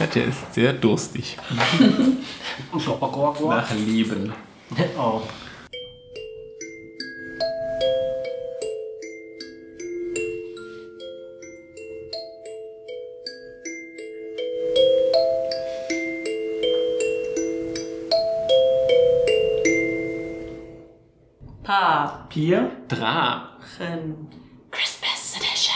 Ja, der ist sehr durstig. Nach Leben. Oh. Paaren. Pier. Dra. Christmas Edition.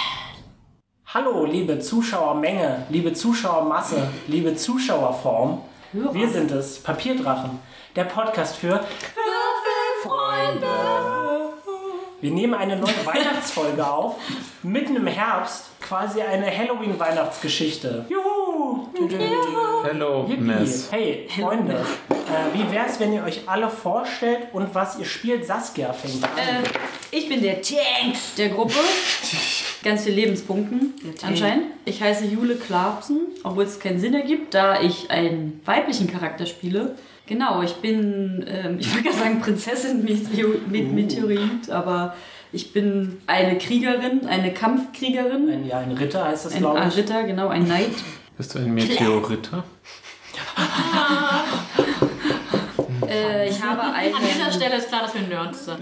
Hallo, liebe Zuschauermenge, liebe Zuschauermasse, liebe Zuschauerform. Wir sind es, Papierdrachen, der Podcast für Würfelfreunde. Wir nehmen eine neue Weihnachtsfolge auf, mitten im Herbst, quasi eine Halloween-Weihnachtsgeschichte. Juhu! Hello, Yippie. Miss. Hey, Freunde, äh, wie wär's, wenn ihr euch alle vorstellt und was ihr spielt? Saskia fängt an. Äh. Ich bin der Tank der Gruppe. Ganz viel Lebenspunkten anscheinend. Ich heiße Jule Clarkson, obwohl es keinen Sinn ergibt, da ich einen weiblichen Charakter spiele. Genau, ich bin, ähm, ich würde gerade sagen Prinzessin mit, Meo- mit Meteorit, aber ich bin eine Kriegerin, eine Kampfkriegerin, Ein, ja, ein Ritter heißt das, ein glaube ich. Ritter, genau, ein Knight. Bist du ein Meteoriter? Äh, ich habe einen... An dieser Stelle ist klar, dass wir Nerds sind.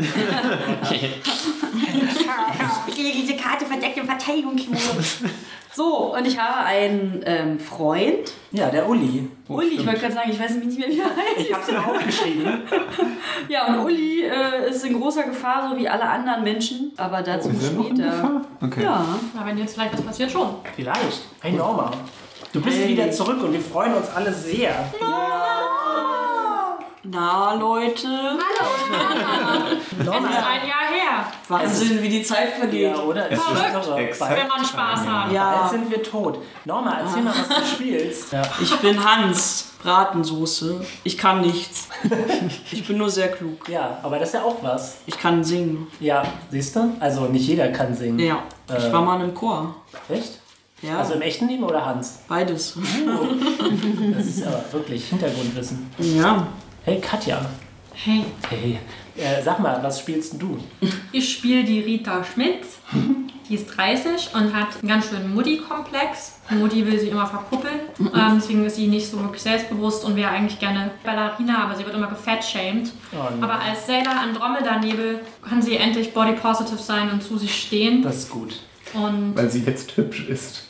Diese Karte verdeckt im Verteidigungsmodus. So, und ich habe einen ähm, Freund. Ja, der Uli. Oh, Uli, ich wollte gerade sagen, ich weiß nämlich nicht mehr, wie er heißt. Ich hab's mir aufgeschrieben. Ja, und Uli äh, ist in großer Gefahr, so wie alle anderen Menschen. Aber dazu Ist er Oh, noch in später. Gefahr? Okay. Ja. Na, wenn jetzt vielleicht was passiert, schon. Vielleicht. Hey Norma, du bist Hey. wieder zurück und wir freuen uns alle sehr. Na Leute, Es ist ein Jahr her. Wahnsinn, Also, wie die Zeit vergeht. Ja, oder? Es Verrückt. irre. Wenn man Spaß hat. Bald Ja, sind wir tot. Norma, erzähl mal, was du spielst. Ja. ich bin Hans, Bratensoße. Ich kann nichts. Ich bin nur sehr klug. ja, aber das ist ja auch was. Ich kann singen. Ja, siehst du? Also nicht jeder kann singen. Ja, Äh. ich war mal in einem Chor. Echt? Ja, Also im echten Leben oder Hans? beides. Das ist aber wirklich Hintergrundwissen. Ja, Hey Katja, Hey, hey, äh, sag mal, was spielst denn du? ich spiele die Rita Schmitz. Die ist 30 und hat einen ganz schönen Mutti-Komplex. Mutti will sie immer verkuppeln. Ähm, deswegen ist sie nicht so wirklich selbstbewusst und wäre eigentlich gerne Ballerina, aber sie wird immer gefettshamed. nein. aber als Sailor Andromeda-Nebel kann sie endlich body-positive sein und zu sich stehen. Das ist gut. Und Weil sie jetzt hübsch ist.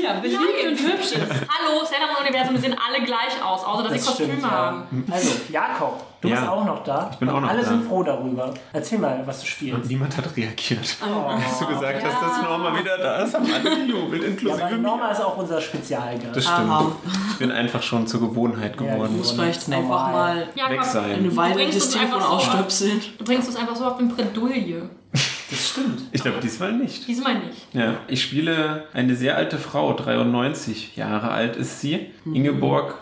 Ja, beliebt und hübsch. Hallo, Sailor Moon Universum sehen alle gleich aus, außer dass sie Kostüme haben. ja. Also, Jakob, du Ja. bist auch noch da. Ich bin auch noch Alle da. sind froh darüber. Erzähl mal, was du Und spielst. niemand hat reagiert. Als du gesagt hast, dass Norma wieder da ist, haben alle gejubelt, Ja, inklusive aber mir. Norma ist auch unser Spezialgast. Das stimmt. Aha. Ich bin einfach schon zur Gewohnheit geworden. Ja, vielleicht Normal. einfach mal Jakob, Weg sein. eine Weile bringst das uns Telefon einfach so. ausstöpseln. Du bringst uns einfach so auf den Bredouille. Das stimmt. Ich glaube, diesmal nicht. Diesmal nicht. Ja, ich spiele eine sehr alte Frau, 93 Jahre alt ist sie. Ingeborg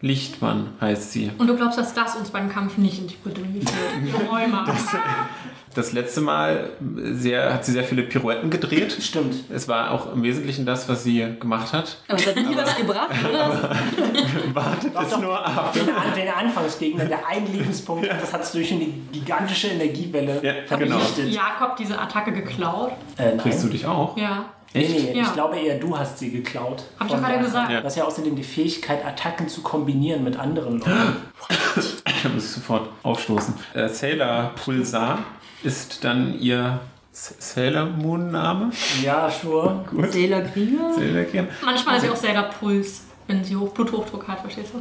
Lichtmann heißt sie. Und du glaubst, dass das uns beim Kampf nicht in die Bredouille führt. Du Räumer. Das letzte Mal sehr, hat sie sehr viele Pirouetten gedreht. Stimmt. Es war auch im Wesentlichen das, was sie gemacht hat. Aber es hat nie was gebracht, oder? Wartet es nur ab. Den, An- den Anfangsgegner, der einen Lebenspunkt, hat, das hat es durch eine gigantische Energiewelle Ja, genau. vernichtet. Jakob diese Attacke geklaut. Äh, nein. Kriegst du dich auch? Ja. Nee, nee, Ja. ich glaube eher, du hast sie geklaut. Hab ich doch Von gerade Jakob. gesagt. Ja. Das ist ja außerdem die Fähigkeit, Attacken zu kombinieren mit anderen Leuten. Da muss ich sofort aufstoßen. Äh, Sailor Pulsar ist dann ihr S- Sailor Moon Name. Ja, sure. Sailor Krieger? Sailor Kern. Manchmal ist sie auch selber Puls, wenn sie Hoch Bluthochdruck hat, verstehst du?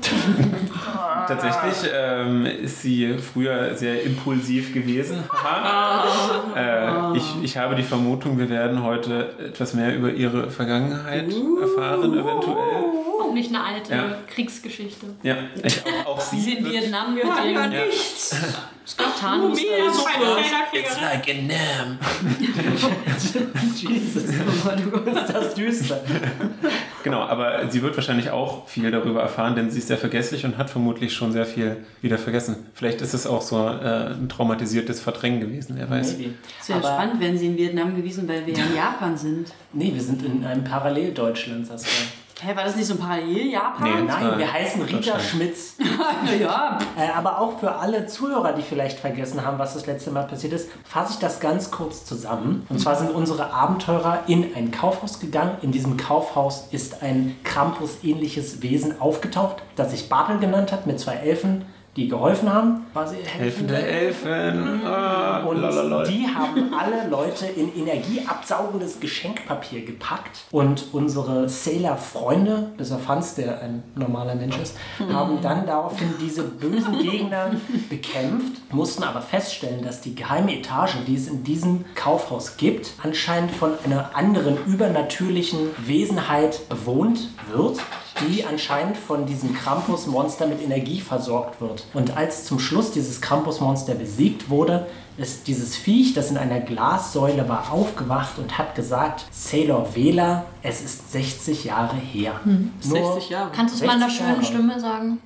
Tatsächlich ähm, ist sie früher sehr impulsiv gewesen. Haha. Ah. äh, ich, ich habe die Vermutung, wir werden heute etwas mehr über ihre Vergangenheit Uh. erfahren, eventuell. Und nicht eine alte Ja. Kriegsgeschichte. Ja, ich, auch, auch sie. Sie in wird- Vietnam mit dem Ja. Skatan-Muster. Das ist eine Sailor-Kriegerin. Like a Nam. Jesus, ist das düster. Genau, aber sie wird wahrscheinlich auch viel darüber erfahren, denn sie ist sehr vergesslich und hat vermutlich schon sehr viel wieder vergessen. Vielleicht ist es auch so äh, ein traumatisiertes Verdrängen gewesen, wer weiß. Maybe. Es wäre spannend, wenn sie in Vietnam gewesen, weil wir in Japan sind. Nee, wir sind in einem Paralleldeutschland, Saskia. Hä, war das nicht so ein Parallel-Japan? Nee. Nein, Nein, wir heißen Rita Deutschland. Schmitz. Na ja. Äh, aber auch für alle Zuhörer, die vielleicht vergessen haben, was das letzte Mal passiert ist, fasse ich das ganz kurz zusammen. Und zwar sind unsere Abenteurer in ein Kaufhaus gegangen. In diesem Kaufhaus ist ein Krampus-ähnliches Wesen aufgetaucht, das sich Bartel genannt hat, mit zwei Elfen, die geholfen haben. War sie Elfen der Elfen. Ah, und lalalala. die haben alle Leute in energieabsaugendes Geschenkpapier gepackt. Und unsere Sailor-Freunde, besser Franz, der ein normaler Mensch ist, haben dann daraufhin diese bösen Gegner bekämpft, mussten aber feststellen, dass die geheime Etage, die es in diesem Kaufhaus gibt, anscheinend von einer anderen übernatürlichen Wesenheit bewohnt wird die anscheinend von diesem Krampus-Monster mit Energie versorgt wird. Und als zum Schluss dieses Krampus-Monster besiegt wurde, ist dieses Viech, das in einer Glassäule war, aufgewacht und hat gesagt, Sailor Vela, es ist 60 Jahre her. Nur 60 Jahre. Kannst du es mal in einer 60 schönen Jahre. Stimme sagen?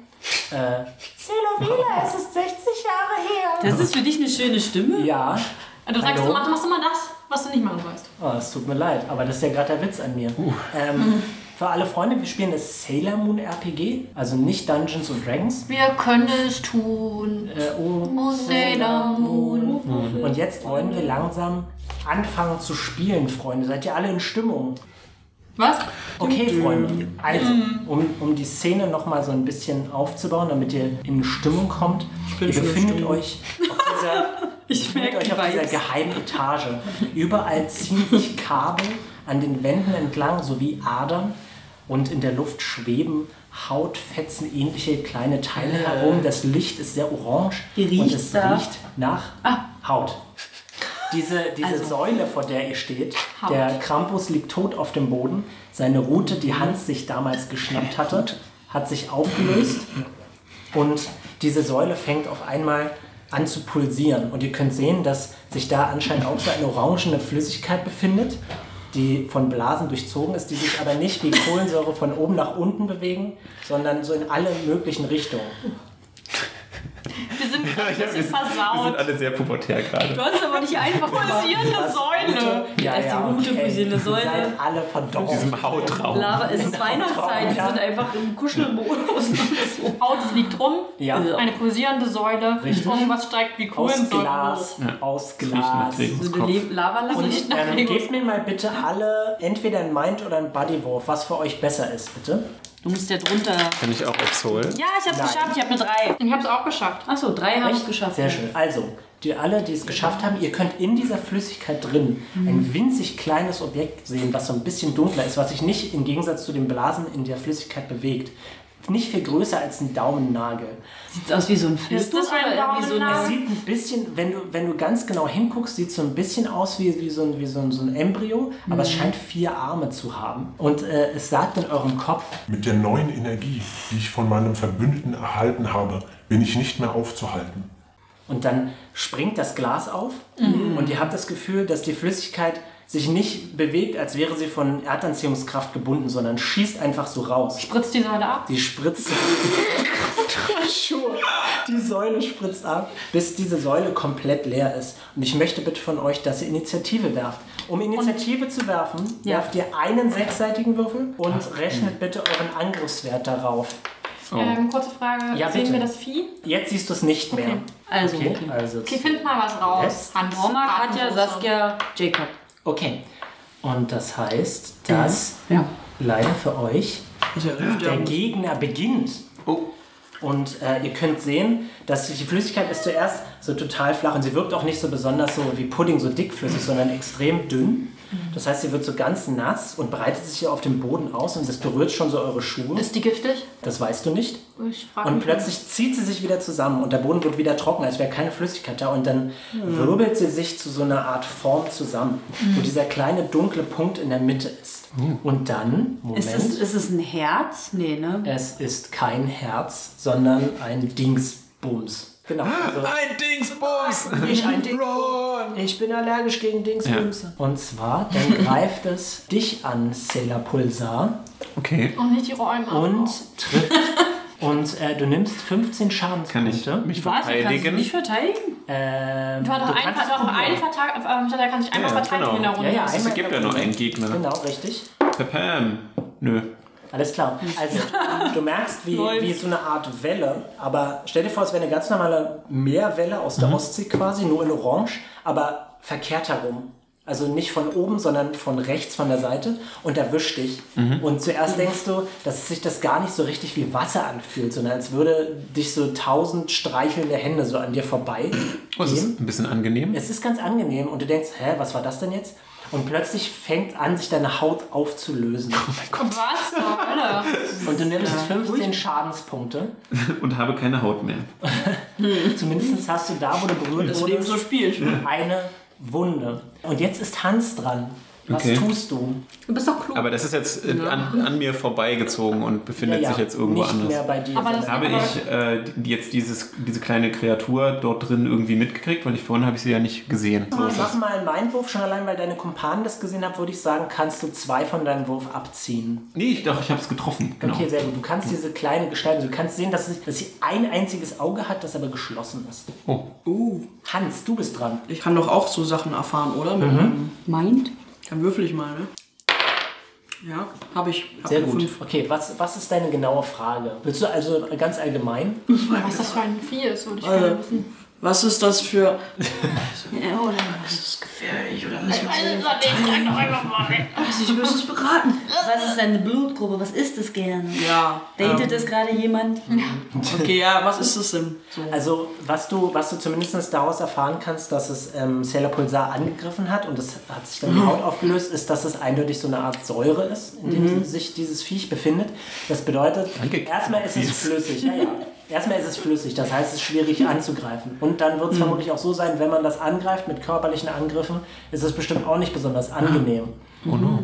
Sailor Vela, es ist 60 Jahre her. Das ist für dich eine schöne Stimme? Ja, Äh, Du sagst, Hallo? du machst, machst immer das, was du nicht machen sollst. oh, es tut mir leid, aber das ist ja gerade der Witz an mir. Ähm, für alle Freunde, wir spielen das Sailor Moon RPG, also nicht Dungeons and Dragons. Wir können es tun. Äh, oh, Oh, Sailor Moon. Und jetzt wollen wir langsam anfangen zu spielen, Freunde. Seid ihr alle in Stimmung? Was? Okay, Freunde. Also, Mhm. um, um die Szene nochmal so ein bisschen aufzubauen, damit ihr in Stimmung kommt, ihr schon in befindet Stimmung. euch auf dieser, Ich befindet merke euch die auf dieser Vibes. geheimen Etage. Überall ziehen sich Kabel an den Wänden entlang, sowie Adern. Und in der Luft schweben Hautfetzen ähnliche kleine Teile herum. Das Licht ist sehr orange Wie und riecht's es da? riecht nach Haut. Diese, diese Säule, vor der ihr steht, der Krampus liegt tot auf dem Boden. Seine Rute, die Hans sich damals geschnappt hatte, hat sich aufgelöst. Und diese Säule fängt auf einmal an zu pulsieren. Und ihr könnt sehen, dass sich da anscheinend auch so eine orangene Flüssigkeit befindet, die von Blasen durchzogen ist, die sich aber nicht wie Kohlensäure von oben nach unten bewegen, sondern so in alle möglichen Richtungen. Wir sind ein Ja, wir, bisschen sind, wir sind versaut. alle sehr pubertär Du gerade. hast aber nicht einfach Pulsierende Säule. Ja, ist die Rute pulsierende Säule. Ihr seid alle In verdorben. diesem Oh. Hautraum. Lava, es ist Weihnachtszeit, wir sind einfach im Kuschelmodus. Haut fliegt rum. Ja. Also, Eine pulsierende Säule. Richtig. Irgendwas steigt wie Aus Kohlensäure. hoch. Glas, aus Glas. Riechen mit So eine Regenskopf. Le- Lava Und lassen. ähm, gebt mir mal bitte alle entweder ein Mind oder ein Bodywurf, was für euch besser ist, bitte. Du musst ja drunter. Kann ich auch exholen? Ja, ich hab's Nein. geschafft, ich hab eine 3. Ich hab's auch geschafft. Achso, 3 habe ich geschafft. Sehr schön. Also, die alle, die es geschafft haben, ihr könnt in dieser Flüssigkeit drin ein winzig kleines Objekt sehen, was so ein bisschen dunkler ist, was sich nicht im Gegensatz zu den Blasen in der Flüssigkeit bewegt. Nicht viel größer als ein Daumennagel. Sieht's aus wie so ein Fisch. Ist das ein Es Daumennagel? sieht ein bisschen, wenn du, wenn du ganz genau hinguckst, sieht es so ein bisschen aus wie, wie, so, ein, wie so, ein, so ein Embryo, aber es scheint vier Arme zu haben. Und äh, es sagt in eurem Kopf, Mit der neuen Energie, die ich von meinem Verbündeten erhalten habe, bin ich nicht mehr aufzuhalten. Und dann springt das Glas auf und ihr habt das Gefühl, dass die Flüssigkeit sich nicht bewegt, als wäre sie von Erdanziehungskraft gebunden, sondern schießt einfach so raus. Spritzt die Säule ab. Die spritzt. Sure. Die Säule spritzt ab, bis diese Säule komplett leer ist. Und ich möchte bitte von euch, dass ihr Initiative werft. Um Initiative zu werfen, Ja. werft ihr einen sechsseitigen Würfel und rechnet bitte euren Angriffswert darauf. Ähm, kurze Frage. Oh. Ja, Sehen bitte. wir das Vieh? Jetzt siehst du es nicht mehr. Also, okay. also Okay, find mal was raus. Yes. Hans. Oma, Katja, Datenschutz. Saskia, Jacob. Okay. Und das heißt, dass Ja. leider für euch Ich erinnere der mich. Gegner beginnt. Oh. Und äh, ihr könnt sehen, dass die Flüssigkeit ist zuerst so total flach und sie wirkt auch nicht so besonders so wie Pudding, so dickflüssig, sondern extrem dünn. Mhm. Das heißt, sie wird so ganz nass und breitet sich hier auf dem Boden aus und das berührt schon so eure Schuhe. Ist die giftig? Oh, Das weißt du nicht. Ich frage Und mich. plötzlich zieht sie sich wieder zusammen und der Boden wird wieder trocken, als wäre keine Flüssigkeit da. Und dann Mhm. wirbelt sie sich zu so einer Art Form zusammen, wo dieser kleine dunkle Punkt in der Mitte ist. Und dann, Moment, Ist es, ist es ein Herz? Nee, ne? es ist kein Herz, sondern ein Dingsbums. Genau. Also, Ein Dingsbums! ich, ein Ding, ich bin allergisch gegen Dingsbums. Und zwar, dann greift es dich an, Sailor Pulsar. Okay, Und nicht die Räume. Und trifft. Und äh, du nimmst 15 Schadenspunkte. kann ich mich Was? Du kannst dich verteidigen? nicht verteidigen? Ähm, Du hast doch du einen, kannst doch es einen probieren. Vertrag, äh, der kann sich einmal Ja, verteidigen genau. in der Runde. Ja, ja, Das einmal- Es gibt ja nur einen Gegner. Genau, richtig. Pam. Nö. Alles klar. Also, du merkst, wie, Läuft. wie so eine Art Welle, aber stell dir vor, es wäre eine ganz normale Meerwelle aus der Ostsee quasi, nur in Orange, aber verkehrt herum. Also nicht von oben, sondern von rechts, von der Seite und erwischt dich. Und zuerst denkst du, dass sich das gar nicht so richtig wie Wasser anfühlt, sondern als würde dich so tausend streichelnde Hände so an dir vorbei. Oh, es ist ein bisschen angenehm. Es ist ganz angenehm und du denkst, hä, was war das denn jetzt? Und plötzlich fängt an, sich deine Haut aufzulösen. Was? zur Hölle? Und du nimmst 15 Schadenspunkte. Und habe keine Haut mehr. Zumindest hast du da, wo du berührt Das Leben so wurdest, spielt. eine Wunde. Und jetzt ist Hans dran. Was Okay. tust du? Du bist doch klug. Aber das ist jetzt äh, an, an mir vorbeigezogen und befindet Ja, ja, sich jetzt irgendwo nicht anders. mehr bei dir. Aber das- sondern- Habe ich äh, die- jetzt dieses, diese kleine Kreatur dort drin irgendwie mitgekriegt? Weil ich vorhin habe ich sie ja nicht gesehen. So ist Mach das. mal einen Meinwurf, schon allein, weil deine Kumpanen das gesehen haben, würde ich sagen, kannst du zwei von deinem Wurf abziehen. Nee, ich, doch, ich habe es getroffen. Genau. Okay, sehr gut. Du kannst diese kleine Gestalt, also du kannst sehen, dass sie, dass sie ein einziges Auge hat, das aber geschlossen ist. Oh, Uh, Hans, du bist dran. ich kann doch auch so Sachen erfahren, oder? Mit Mhm. meinem- Meint? Dann würfel ich mal, ne? Ja, habe ich. Hab Sehr eine gut. Fünf. Okay, was, was ist deine genaue Frage? Willst du also ganz allgemein? was das für ein Vieh ist, würde ich Äh, gerne wissen. Was ist das für. Ja, oder? Ist das gefährlich oder nicht? Nein, Ich müsste es beraten. Was ist deine Blutgruppe? Was ist es gerne? Ja. Ähm. Datet es gerade jemand? Hm. Okay, ja, was ist das denn? So. Also, was du, was du zumindest daraus erfahren kannst, dass es ähm, Sailor Pulsar angegriffen hat und das hat sich dann die Haut aufgelöst, ist, dass es eindeutig so eine Art Säure ist, in dem sich dieses Viech befindet. Das bedeutet, erstmal ist es flüssig. Ja, ja. Erstmal ist es flüssig, das heißt, es ist schwierig anzugreifen. Und dann wird es vermutlich auch so sein, wenn man das angreift mit körperlichen Angriffen, ist es bestimmt auch nicht besonders angenehm.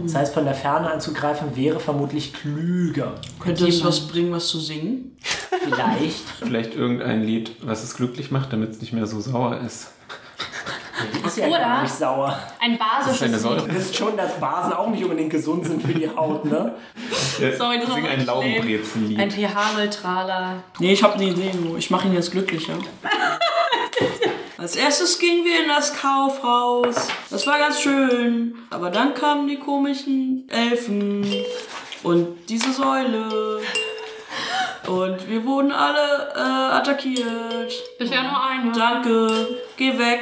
Das heißt, von der Ferne anzugreifen wäre vermutlich klüger. Könnte es was bringen, was zu singen? Vielleicht. vielleicht irgendein Lied, was es glücklich macht, damit es nicht mehr so sauer ist. Ist ja Oder- gar nicht sauer. ein Das ist eine basisches Vieh. Säure. wisst schon, dass Basen auch nicht unbedingt gesund sind für die Haut, ne? Sorry, das war Äh, Sing ein wirklich Ein Laugenbrezenlied. pH-neutraler. Nee, ich habe eine Idee, nur. Ich mache ihn jetzt glücklicher. Als erstes gingen wir in das Kaufhaus. Das war ganz schön. Aber dann kamen die komischen Elfen. Und diese Säule. Und wir wurden alle äh, attackiert. Ich wäre nur eine. Danke. Geh weg.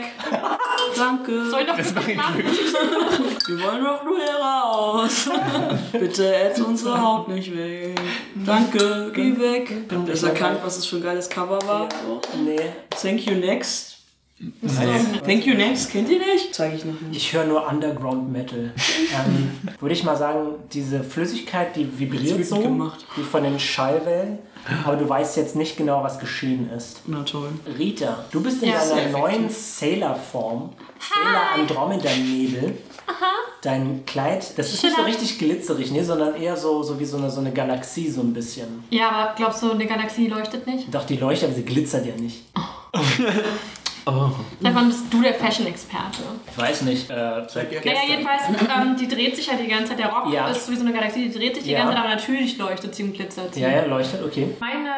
Danke. Soll ich doch das Wir wollen doch nur heraus. Bitte ätz unsere Haut nicht weg. Danke, geh weg. Habt ihr das erkannt, was das für ein geiles Cover war? So. Nee. Thank you next. Thank you next, kennt ihr nicht? Zeig ich noch nicht. Ich höre nur Underground Metal. ähm, Würde ich mal sagen, diese Flüssigkeit, die vibriert Jetzt so, wütend gemacht. wie von den Schallwellen. Aber du weißt jetzt nicht genau, was geschehen ist. Na toll. Rita, du bist in Ja, sehr deiner neuen Sailor-Form. Sailor Andromeda-Nebel. Dein Kleid, das ist nicht so Schiller. richtig glitzerig, ne, sondern eher so, so wie so eine, so eine Galaxie, so ein bisschen. Ja, aber glaubst du, eine Galaxie leuchtet nicht? Doch, die leuchtet, aber sie glitzert ja nicht. Stefan, bist du der Fashion-Experte? Ich weiß nicht. Äh, seit Naja, jedenfalls, ähm, die dreht sich ja die ganze Zeit. Der Rock Ja. ist sowieso eine Galaxie, die dreht sich die Ja. ganze Zeit, aber natürlich leuchtet sie und glitzert sie. Ja, ja, leuchtet, okay. Meine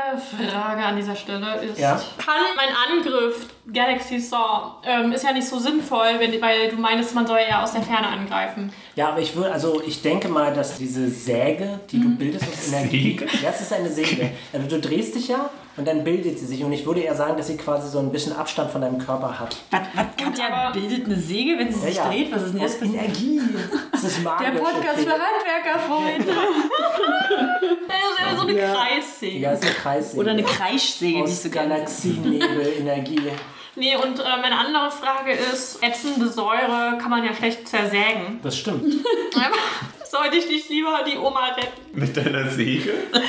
Frage an dieser Stelle ist, Ja. kann mein Angriff Galaxy Saw, ähm, ist ja nicht so sinnvoll, wenn, weil du meinst, man soll ja aus der Ferne angreifen. Ja, aber ich würde, also ich denke mal, dass diese Säge, die Hm. du bildest aus Energie, das ist eine Säge. Also du drehst dich ja und dann bildet sie sich. Und ich würde eher sagen, dass sie quasi so ein bisschen Abstand von deinem Körper hat. Was, was Katja bildet eine Säge, wenn sie sich ja. dreht? Was ist denn Aus das? Energie. Das ist magisch. Der Podcast für okay. Handwerkerfreunde. Das ist so eine Kreissäge. Ja, ist eine Kreissäge. Oder eine Kreischsäge, die ich aus so gerne Galaxienebel, Energie. Nee, und äh, meine andere Frage ist, ätzende Säure kann man ja schlecht zersägen. Das stimmt. Sollte ich nicht lieber die Oma retten? Mit deiner Säge? Nein,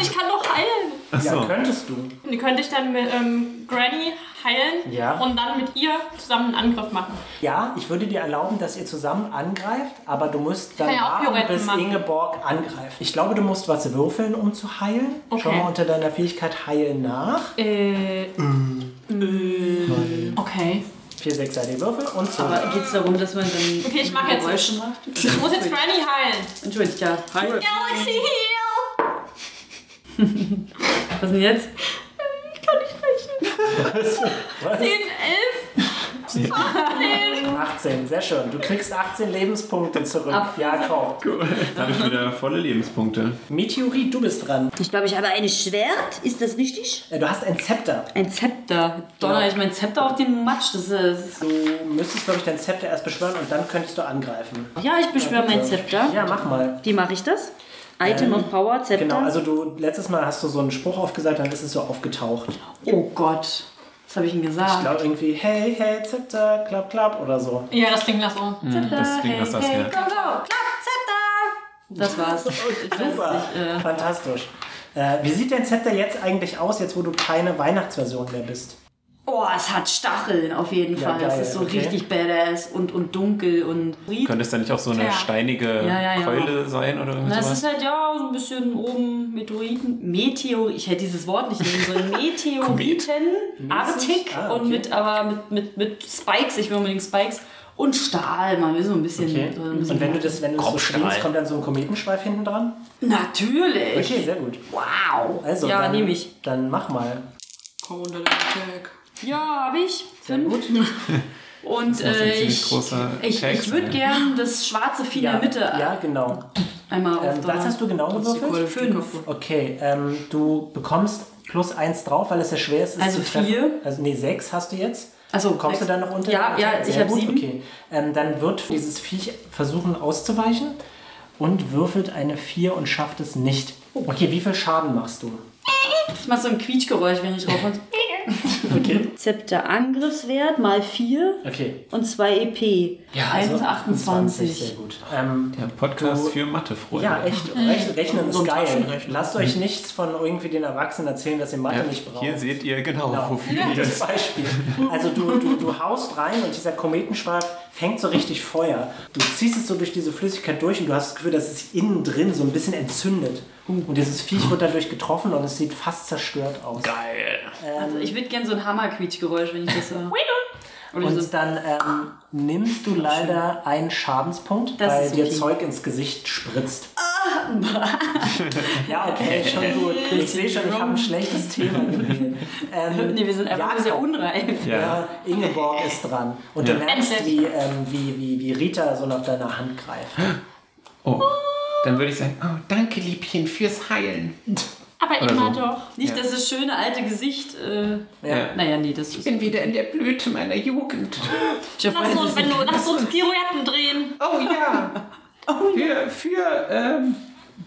ich kann doch heilen. Ja, Achso. könntest du. Die könnte ich dann mit ähm, Granny heilen Ja. und dann mit ihr zusammen einen Angriff machen. Ja, ich würde dir erlauben, dass ihr zusammen angreift, aber du musst dann kann ja auch warten, Pirouetten bis machen. Ingeborg angreift. Ich glaube, du musst was würfeln, um zu heilen. Schau Okay. mal unter deiner Fähigkeit heilen nach. Äh. Äh. Okay. Vier sechsseitige Würfel und so. Aber geht es darum, dass man dann Okay, ich mach jetzt. Geräusche macht? Ich muss jetzt Granny heilen. Entschuldigt, ja. Hi. Galaxy Heal! Was denn jetzt? Ich kann nicht rechnen. 10, 11. Sie 18, sehr schön. Du kriegst 18 Lebenspunkte zurück. Ja, komm. Dann habe ich wieder volle Lebenspunkte. Meteorit, du bist dran. Ich glaube, ich habe ein Schwert. Ist das richtig? Äh, Du hast ein Zepter. Ein Zepter. Donner, ich mein Zepter auf den Matsch. Das ist. Du müsstest, glaube ich, dein Zepter erst beschwören und dann könntest du angreifen. Also, Ja, ich beschwöre mein Zepter. Ja, mach mal. Wie mache ich das? Item of Power, Zepter. Genau, also du letztes Mal hast du so einen Spruch aufgesagt, dann ist es so aufgetaucht. Ah. Oh Gott. Was habe ich ihm Ich gesagt? glaube irgendwie, hey, hey, Zepter, klapp, klapp oder so. Ja, das klingt nach so. Das klingt was das hier. Das war's. Super, fantastisch. Äh, wie sieht dein Zepter jetzt eigentlich aus, jetzt wo du keine Weihnachtsversion mehr bist? Oh, es hat Stacheln auf jeden Ja, Fall. geil, es ist so okay. richtig badass und, und dunkel und. Könnte es dann nicht auch so eine Ja. steinige Ja, ja, ja. Keule sein oder Na, es ist irgendwas? halt ja so ein bisschen oben Meteoriten. Meteor, ich hätte dieses Wort nicht nehmen sollen. Meteoritenartig Ah, okay. und mit aber mit, mit, mit Spikes, ich will unbedingt Spikes und Stahl, man will so ein bisschen. Okay. so Äh, ein bisschen Und wenn du das, wenn du das so Kopfstrahl. schwingst, kommt dann so ein Kometenschweif hinten dran? Natürlich. Okay, sehr gut. Wow. Also, ja, dann, nehme ich. Dann mach mal. Komm unter den Tag. Ja, habe ich. Fünf. Und Das ist ein äh, ziemlich ich, großer ich, Tag ich würde sein. gern das schwarze Vieh in der Mitte Ja, genau. einmal Ähm, was aufdonnern. hast du genau gewürfelt? Fünf. Okay, ähm, du bekommst plus eins drauf, weil es ja schwer ist. es Also zu treffen. vier. Also nee, sechs hast du jetzt. Also Kommst du dann noch unter? Ja, ja, Sehr ich habe gut, sieben. Okay. Ähm, dann wird dieses Viech versuchen auszuweichen und würfelt eine 4 und schafft es nicht. Oh. Okay, wie viel Schaden machst du? Ich mache so ein Quietschgeräusch, wenn ich drauf und Zepter Angriffswert mal 4 Okay. und E 2 EP. Ja, also Also 1,28. Sehr gut. Ähm, Der Podcast für Mathefreunde. ja, echt, rech- Rechnen ist ein geil. Taschenrechner. Mathe. Lasst euch nichts von irgendwie den Erwachsenen erzählen, dass ihr Mathe Ja, nicht braucht. Hier seht ihr genau, wofür ihr Das Beispiel. Also du, du, du haust rein und dieser Kometenschweif fängt so richtig Feuer. Du ziehst es so durch diese Flüssigkeit durch und du hast das Gefühl, dass es innen drin so ein bisschen entzündet. Und dieses Viech wird dadurch getroffen und es sieht fast zerstört aus. Also ich würde gern so ein Hammer-Quietschgeräusch, wenn ich das höre. Oder so. Und dann ähm, nimmst du leider einen Schadenspunkt, Das weil ist dir okay. Ah, Zeug ins Gesicht spritzt. ja, okay, schon gut. Ich sehe schon, ich habe ein schlechtes Thema gewählt. Ähm, Nee, wir sind einfach Ja. sehr unreif. Ja. Ja, Ingeborg ist dran. Und du merkst, wie, ähm, wie, wie, wie Rita so nach deiner Hand greift. Oh. Dann würde ich sagen, oh, danke, Liebchen, fürs Heilen. Aber Oder immer so. doch. Nicht dass das schöne alte Gesicht. Äh, Ja. Naja, nee, das ist. bin wieder in der Blüte meiner Jugend. Jeff Lass Bezos. uns, wenn du, lass uns Pirouetten drehen. Oh ja. Oh Für, für ähm,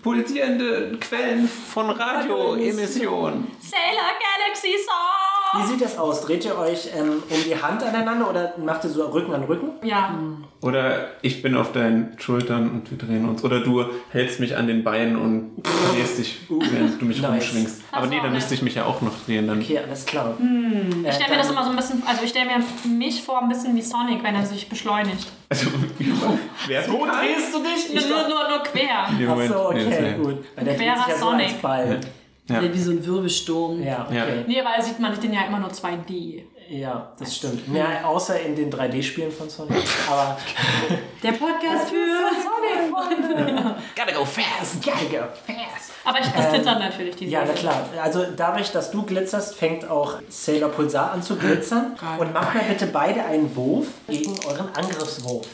pulsierende Quellen von Radioemissionen. Sailor Galaxy Song. Wie sieht das aus? Dreht ihr euch ähm, um die Hand aneinander oder macht ihr so Rücken an Rücken? Ja. Hm. Oder ich bin auf deinen Schultern und wir drehen uns. Oder du hältst mich an den Beinen und drehst dich, während du mich Nice. rumschwingst. Aber nee, dann müsste ich mich ja auch noch drehen. Dann. Okay, alles klar. Hm, Äh, Ich stelle mir das immer so ein bisschen, also ich stelle mir mich vor ein bisschen wie Sonic, wenn er sich beschleunigt. Also, wer so drehst du dich? Nur, nur, nur, nur quer. Nee, Moment. Achso, Nee, das okay, wär- gut. Weil der dreht Querer sich ja so Sonic. als Ball. Ja. Wie so ein Wirbelsturm. Ja, Ja. okay. Nee, weil sieht man den ja immer nur 2D. Ja, das stimmt. Ja, außer in den 3D-Spielen von Sonic. Aber Der Podcast für. Geiger. Aber ich, das zittert natürlich die Ähm, Ja, na Seele. klar. Also dadurch, dass du glitzerst, fängt auch Sailor Pulsar an zu glitzern. Und macht mal bitte beide einen Wurf gegen euren Angriffswurf.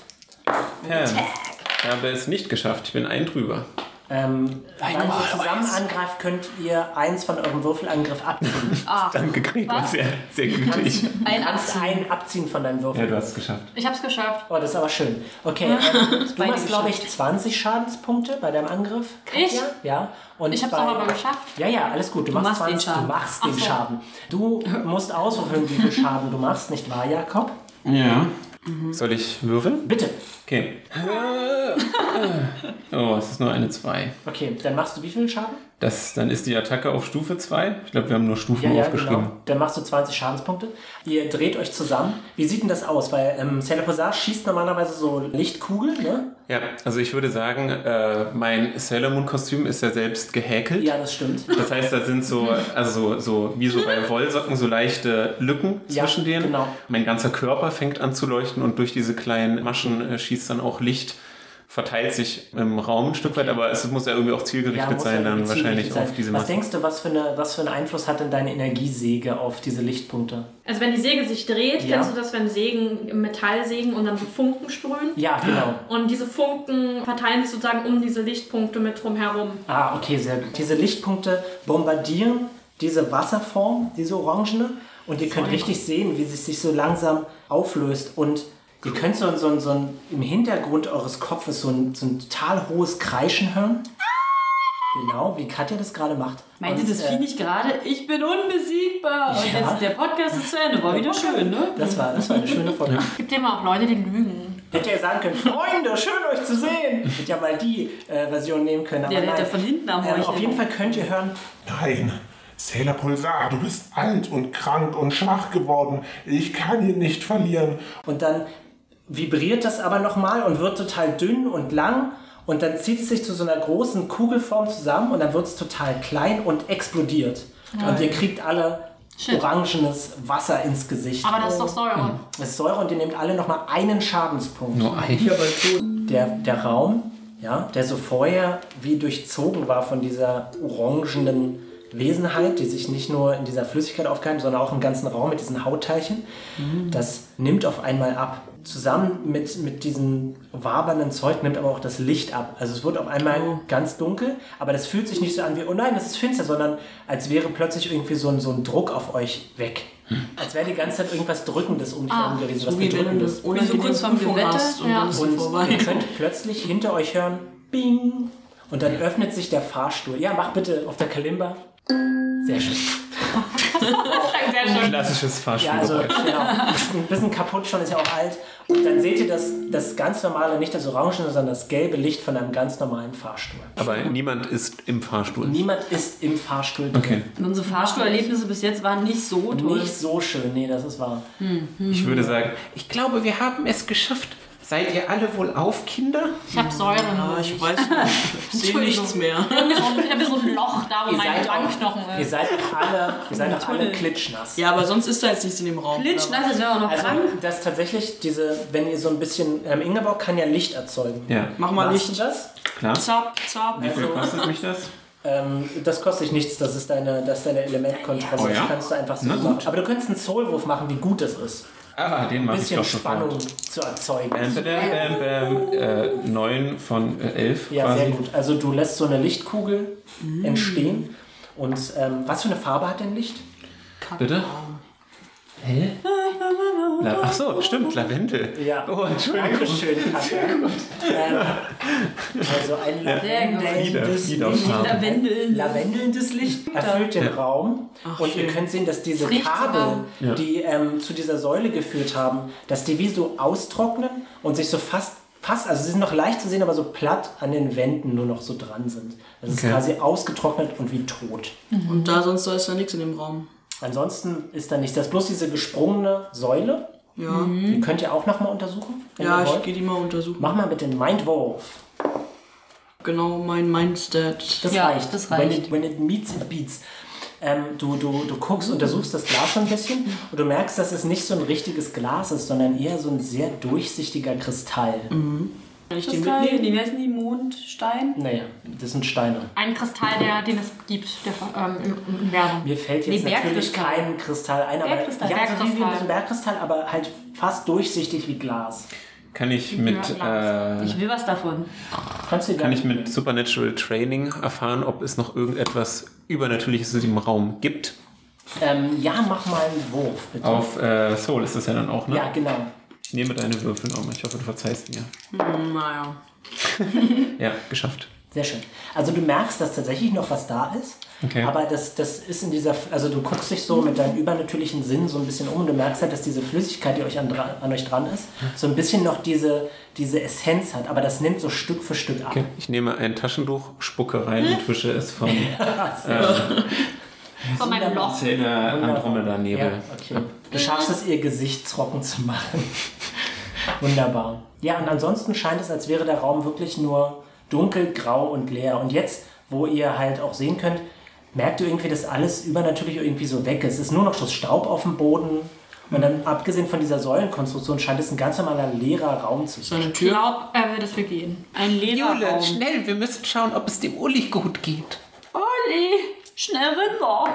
Ja. Ich habe es nicht geschafft. Ich bin ein drüber. Ähm, wenn ihr zusammen angreift, könnt ihr eins von eurem Würfelangriff abziehen. Danke, Gregor. Sehr, sehr gütig. Ein Kannst Abzug. einen abziehen von deinem Ja, Würfel. du hast es geschafft. Ich hab's geschafft. Oh, das ist aber schön. Okay, ähm, du machst, glaube ich, 20 Schadenspunkte bei deinem Angriff. Ich? Katja? Ja. Und Ich hab's bei- doch aber geschafft. Ja, ja, alles gut. Du, machst, machst den 20, du Schaden. machst den Schaden. Du musst auswürfeln, wie viel Schaden du machst, nicht wahr, Jakob? Ja. Mhm. Soll ich würfeln? Bitte. Okay. Oh, es ist nur eine 2. Okay, dann machst du wie viel Schaden? Das, dann ist die Attacke auf Stufe 2. Ich glaube, wir haben nur Stufen Ja, ja, aufgeschrieben. genau. Dann machst du 20 Schadenspunkte. Ihr dreht euch zusammen. Wie sieht denn das aus? Weil ähm, Sailor Pulsar schießt normalerweise so Lichtkugeln, ne? Ja, also ich würde sagen, äh, mein Sailor Moon Kostüm ist ja selbst gehäkelt. Ja, das stimmt. Das heißt, da sind so, also so, so wie so bei Wollsocken so leichte Lücken Ja, zwischen denen. genau. Mein ganzer Körper fängt an zu leuchten und durch diese kleinen Maschen äh, schießt dann auch Licht verteilt sich im Raum ein Stück weit, aber es muss ja irgendwie auch zielgerichtet muss sein, ja dann irgendwie wahrscheinlich zielgerichtet sein. auf diese Was Masse. denkst du, was für, eine, was für einen Einfluss hat denn deine Energiesäge auf diese Lichtpunkte? Also wenn die Säge sich dreht, Ja. kennst du das, wenn Sägen Metall sägen und dann so Funken sprühen? Ja, genau. Und diese Funken verteilen sich sozusagen um diese Lichtpunkte mit drumherum. Ah, okay, sehr gut. Diese Lichtpunkte bombardieren diese Wasserform, diese orangene. Und ihr könnt richtig sehen, wie sie sich so langsam auflöst. Und ihr könnt so, so, so ein, im Hintergrund eures Kopfes so ein, so ein total hohes Kreischen hören. Genau, wie Katja das gerade macht. Meinte Und, das äh, Vieh nicht gerade? Ich bin unbesiegbar. Und Ja. jetzt der Podcast ist zu Ende. War wieder schön, ne? Das war, das war eine schöne Folge. Gibt immer auch Leute, die lügen. Hätte ja sagen können, Freunde, schön euch zu sehen. Hätte ja mal die äh, Version nehmen können. Aber Ja, der hat nein. ja von hinten am Ähm, auf Heucheln. jeden Fall könnt ihr hören, Nein, Sailor Pulsar, du bist alt und krank und schwach geworden. Ich kann ihn nicht verlieren. Und dann vibriert das aber nochmal und wird total dünn und lang. Und dann zieht es sich zu so einer großen Kugelform zusammen und dann wird es total klein und explodiert. Und ihr kriegt alle Shit. orangenes Wasser ins Gesicht. Aber das ist doch Säure. Das ist Säure und ihr nehmt alle nochmal einen Schadenspunkt. Nur ein. Der, der Raum, ja, der so vorher wie durchzogen war von dieser orangenen Wesenheit, die sich nicht nur in dieser Flüssigkeit aufgehalten, sondern auch im ganzen Raum mit diesen Hautteilchen, Mhm. das nimmt auf einmal ab. Zusammen mit, mit diesem wabernden Zeug nimmt aber auch das Licht ab. Also es wird auf einmal Oh. ganz dunkel, aber das fühlt sich nicht so an wie, oh nein, das ist finster, sondern als wäre plötzlich irgendwie so ein, so ein Druck auf euch weg. Als wäre die ganze Zeit irgendwas Drückendes um dich herum gewesen, was Hm. Ah. Wie wenn du Bedrückendes. das ohne so kurz vom Gewette, hast und ja. dann ist Und es vorbei. ihr könnt plötzlich hinter euch hören, bing. Und dann öffnet sich der Fahrstuhl. Ja, mach bitte auf der Kalimba. Sehr schön. Sehr schön. Klassisches Ja, also Fahrstuhlgeräusch. genau. ein bisschen kaputt schon, ist ja auch alt. Und dann seht ihr das, das ganz normale, nicht das orange, sondern das gelbe Licht von einem ganz normalen Fahrstuhl. aber niemand ist im Fahrstuhl. Niemand ist im Fahrstuhl drin. Okay. Unsere Fahrstuhlerlebnisse bis jetzt waren nicht so toll. Nicht so schön, nee, das ist wahr. Ich würde sagen, Mhm. ich glaube, wir haben es geschafft. Seid ihr alle wohl auf, Kinder? Ich hab Säure. Ah, ich weiß nicht. Ich sehe nichts mehr. Ich habe so ein Loch da, wo mein Wangenknochen ihr ist. seid auch alle, ihr seid auch alle klitschnass. Ja, aber sonst ist da jetzt nichts in dem Raum. Klitschnass, jetzt wären wir noch Also, krank. das ist tatsächlich diese, wenn ihr so ein bisschen, ähm, Ingeborg kann ja Licht erzeugen. Ja, Mach mal Machst du Licht. das? klar. Zap, zap. Wie viel kostet mich das? Ähm, das kostet dich nichts, das ist deine, das ist deine Elementkontrolle. Oh ja? Das kannst du einfach so Na machen. gut. Aber du könntest einen Soulwurf machen, wie gut das ist. Ah, den mache Ein ich doch Ähm, bisschen Spannung sofort. zu erzeugen. Bam, bam, bam, bam. Äh, 9 von äh, 11 ja, quasi. sehr gut. Also du lässt so eine Lichtkugel entstehen. Und ähm, was für eine Farbe hat denn Licht? Bitte? Hä? La Ach so, stimmt, Lavendel. Ja. Oh, Entschuldigung. Dankeschön, Katja. Ähm, also ein Wieder, lavendelndes wieder auf Licht. Farbe. Lavendel. Lavendelndes Licht erfüllt den Raum und ihr könnt sehen, dass diese Kabel, die ähm, zu dieser Säule geführt haben, dass die wie so austrocknen und sich so fast, fast, also sie sind noch leicht zu sehen, aber so platt an den Wänden nur noch so dran sind. Das Okay. ist quasi ausgetrocknet und wie tot. Und da sonst da ist da nichts in dem Raum. Ansonsten ist da nichts. Das ist bloß diese gesprungene Säule. Ja. Die könnt ihr auch nochmal untersuchen, wenn Mhm. Ja, ihr ich wollt. gehe die mal untersuchen. Mach mal bitte einen Mindwurf. Genau mein Mindset. Das Ja, reicht. das reicht. When it, when it meets, it beats. Ähm, du, du, du guckst, untersuchst das Glas so ein bisschen und du merkst, dass es nicht so ein richtiges Glas ist, sondern eher so ein sehr durchsichtiger Kristall. Mhm. Kann ich den Kristall, mitnehmen? die heißen die Mondstein. Naja, das sind Steine. Ein Kristall, der, den es gibt, der ähm, im, im Werbung. Mir fällt jetzt Nee, natürlich Bergkristall. kein Kristall ein, aber Bergkristall. ja, so wie- wie Bergkristall. ein Bergkristall, aber halt fast durchsichtig wie Glas. Kann ich mit, äh, Ich will was davon. Kannst du dir kann dann- ich mit Supernatural Training erfahren, ob es noch irgendetwas Übernatürliches im Raum gibt? ähm, ja, mach mal einen Wurf, bitte. Auf äh, Soul ist das ja dann auch, ne? Ja, genau. Ich nehme deine Würfel um. Ich hoffe, du verzeihst mir. Naja. Ja, geschafft. Sehr schön. Also du merkst, dass tatsächlich noch was da ist, Okay. aber das, das ist in dieser, also du guckst dich so mit deinem übernatürlichen Sinn so ein bisschen um und du merkst halt, dass diese Flüssigkeit, die euch an, dra- an euch dran ist, so ein bisschen noch diese, diese Essenz hat, aber das nimmt so Stück für Stück ab. Okay. Ich nehme ein Taschentuch, spucke rein und wische es von Von meinem Loch. Zähler Ja, Andromeda-Nebel. okay. Du schaffst es, ihr Gesicht trocken zu machen. Wunderbar. Ja, und ansonsten scheint es, als wäre der Raum wirklich nur dunkel, grau und leer. Und jetzt, wo ihr halt auch sehen könnt, merkt ihr irgendwie, dass alles übernatürlich irgendwie so weg ist. Es ist nur noch so Staub auf dem Boden Und dann, abgesehen von dieser Säulenkonstruktion, scheint es ein ganz normaler leerer Raum zu So sein. eine Ich Tür. glaube, er wird es begehen. Ein Jule, Lehrerraum. schnell, wir müssen schauen, ob es dem Uli gut geht. Olli, schnell runter.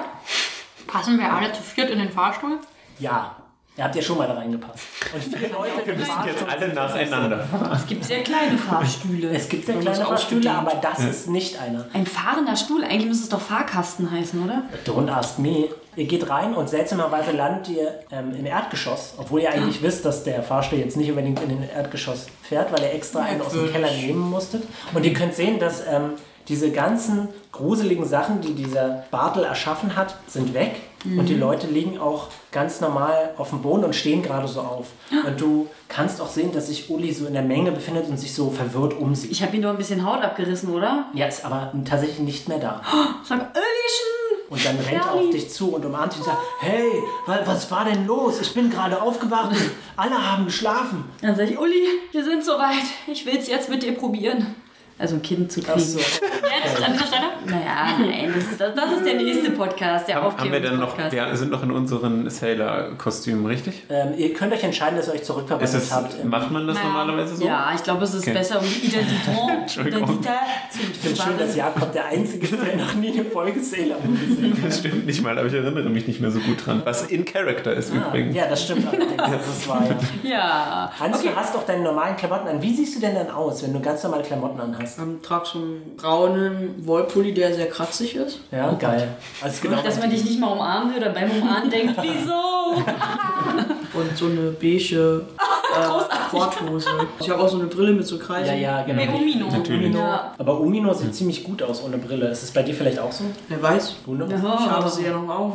Passen wir alle zu viert in den Fahrstuhl? Ja, ihr habt ja schon mal da reingepasst. Und viele Leute Wir müssen jetzt alle nacheinander. Es gibt sehr kleine Fahrstühle. Es gibt ja kleine Fahrstühle, aber das ist nicht einer. Ein fahrender Stuhl, eigentlich müsste es doch Fahrkasten heißen, oder? Don't ask me. Ihr geht rein und seltsamerweise landet ihr ähm, im Erdgeschoss, obwohl ihr eigentlich wisst, dass der Fahrstuhl jetzt nicht unbedingt in den Erdgeschoss fährt, weil ihr extra einen aus dem Keller nehmen musstet. Und ihr könnt sehen, dass ähm, diese ganzen gruseligen Sachen, die dieser Bartel erschaffen hat, sind weg. Und die Leute liegen auch ganz normal auf dem Boden und stehen gerade so auf. Und du kannst auch sehen, dass sich Uli so in der Menge befindet und sich so verwirrt umsieht. Ich habe ihm doch ein bisschen Haut abgerissen, oder? Ja, ist aber tatsächlich nicht mehr da. Sag, Öllischen! Und dann rennt er Charlie. auf dich zu und umarmt dich und sagt, hey, wa- was war denn los? Ich bin gerade aufgewacht und alle haben geschlafen. Dann sage ich, Uli, wir sind soweit. Ich will es jetzt mit dir probieren. Also ein Kind zu kriegen. Also, Jetzt, an dieser Stelle? Naja, nein, das ist, das, das ist der nächste Podcast, der Haben wir denn noch, Aufklärungspodcast. wir sind noch in unseren Sailor-Kostümen, richtig? ähm, ihr könnt euch entscheiden, dass ihr euch Ist zurückverwendet es, habt. Ähm, macht man das normalerweise so? Ja, ich glaube, es ist Okay. besser, um die Identität zu Entschuldigung. ich finde schön, dass bewahren. Jakob der Einzige ist, der noch nie eine Folge Sailor Moon gesehen Das stimmt nicht mal, aber ich erinnere mich nicht mehr so gut dran. Was in Character ist hat. übrigens. Ah, Ja, das stimmt allerdings. Das war ja. Ja, Hans, du hast doch deine normalen Klamotten an. Wie siehst du denn dann aus, wenn du ganz normale Klamotten an hast? Dann trag so einen braunen Wollpulli, der sehr kratzig ist. Oh Ja, geil. Also genau. dass man dich nicht mal umarmen will oder beim Umarmen denkt, wieso? Und so eine beige äh, Korthose. Ich habe auch so eine Brille mit so Kreisen. ja, ja, Nee, genau. Umino. Ja. Aber Umino sieht ziemlich gut aus ohne Brille. Ist es bei dir vielleicht auch so? Wer weiß, Wunderbar. ich habe sie ja noch auf.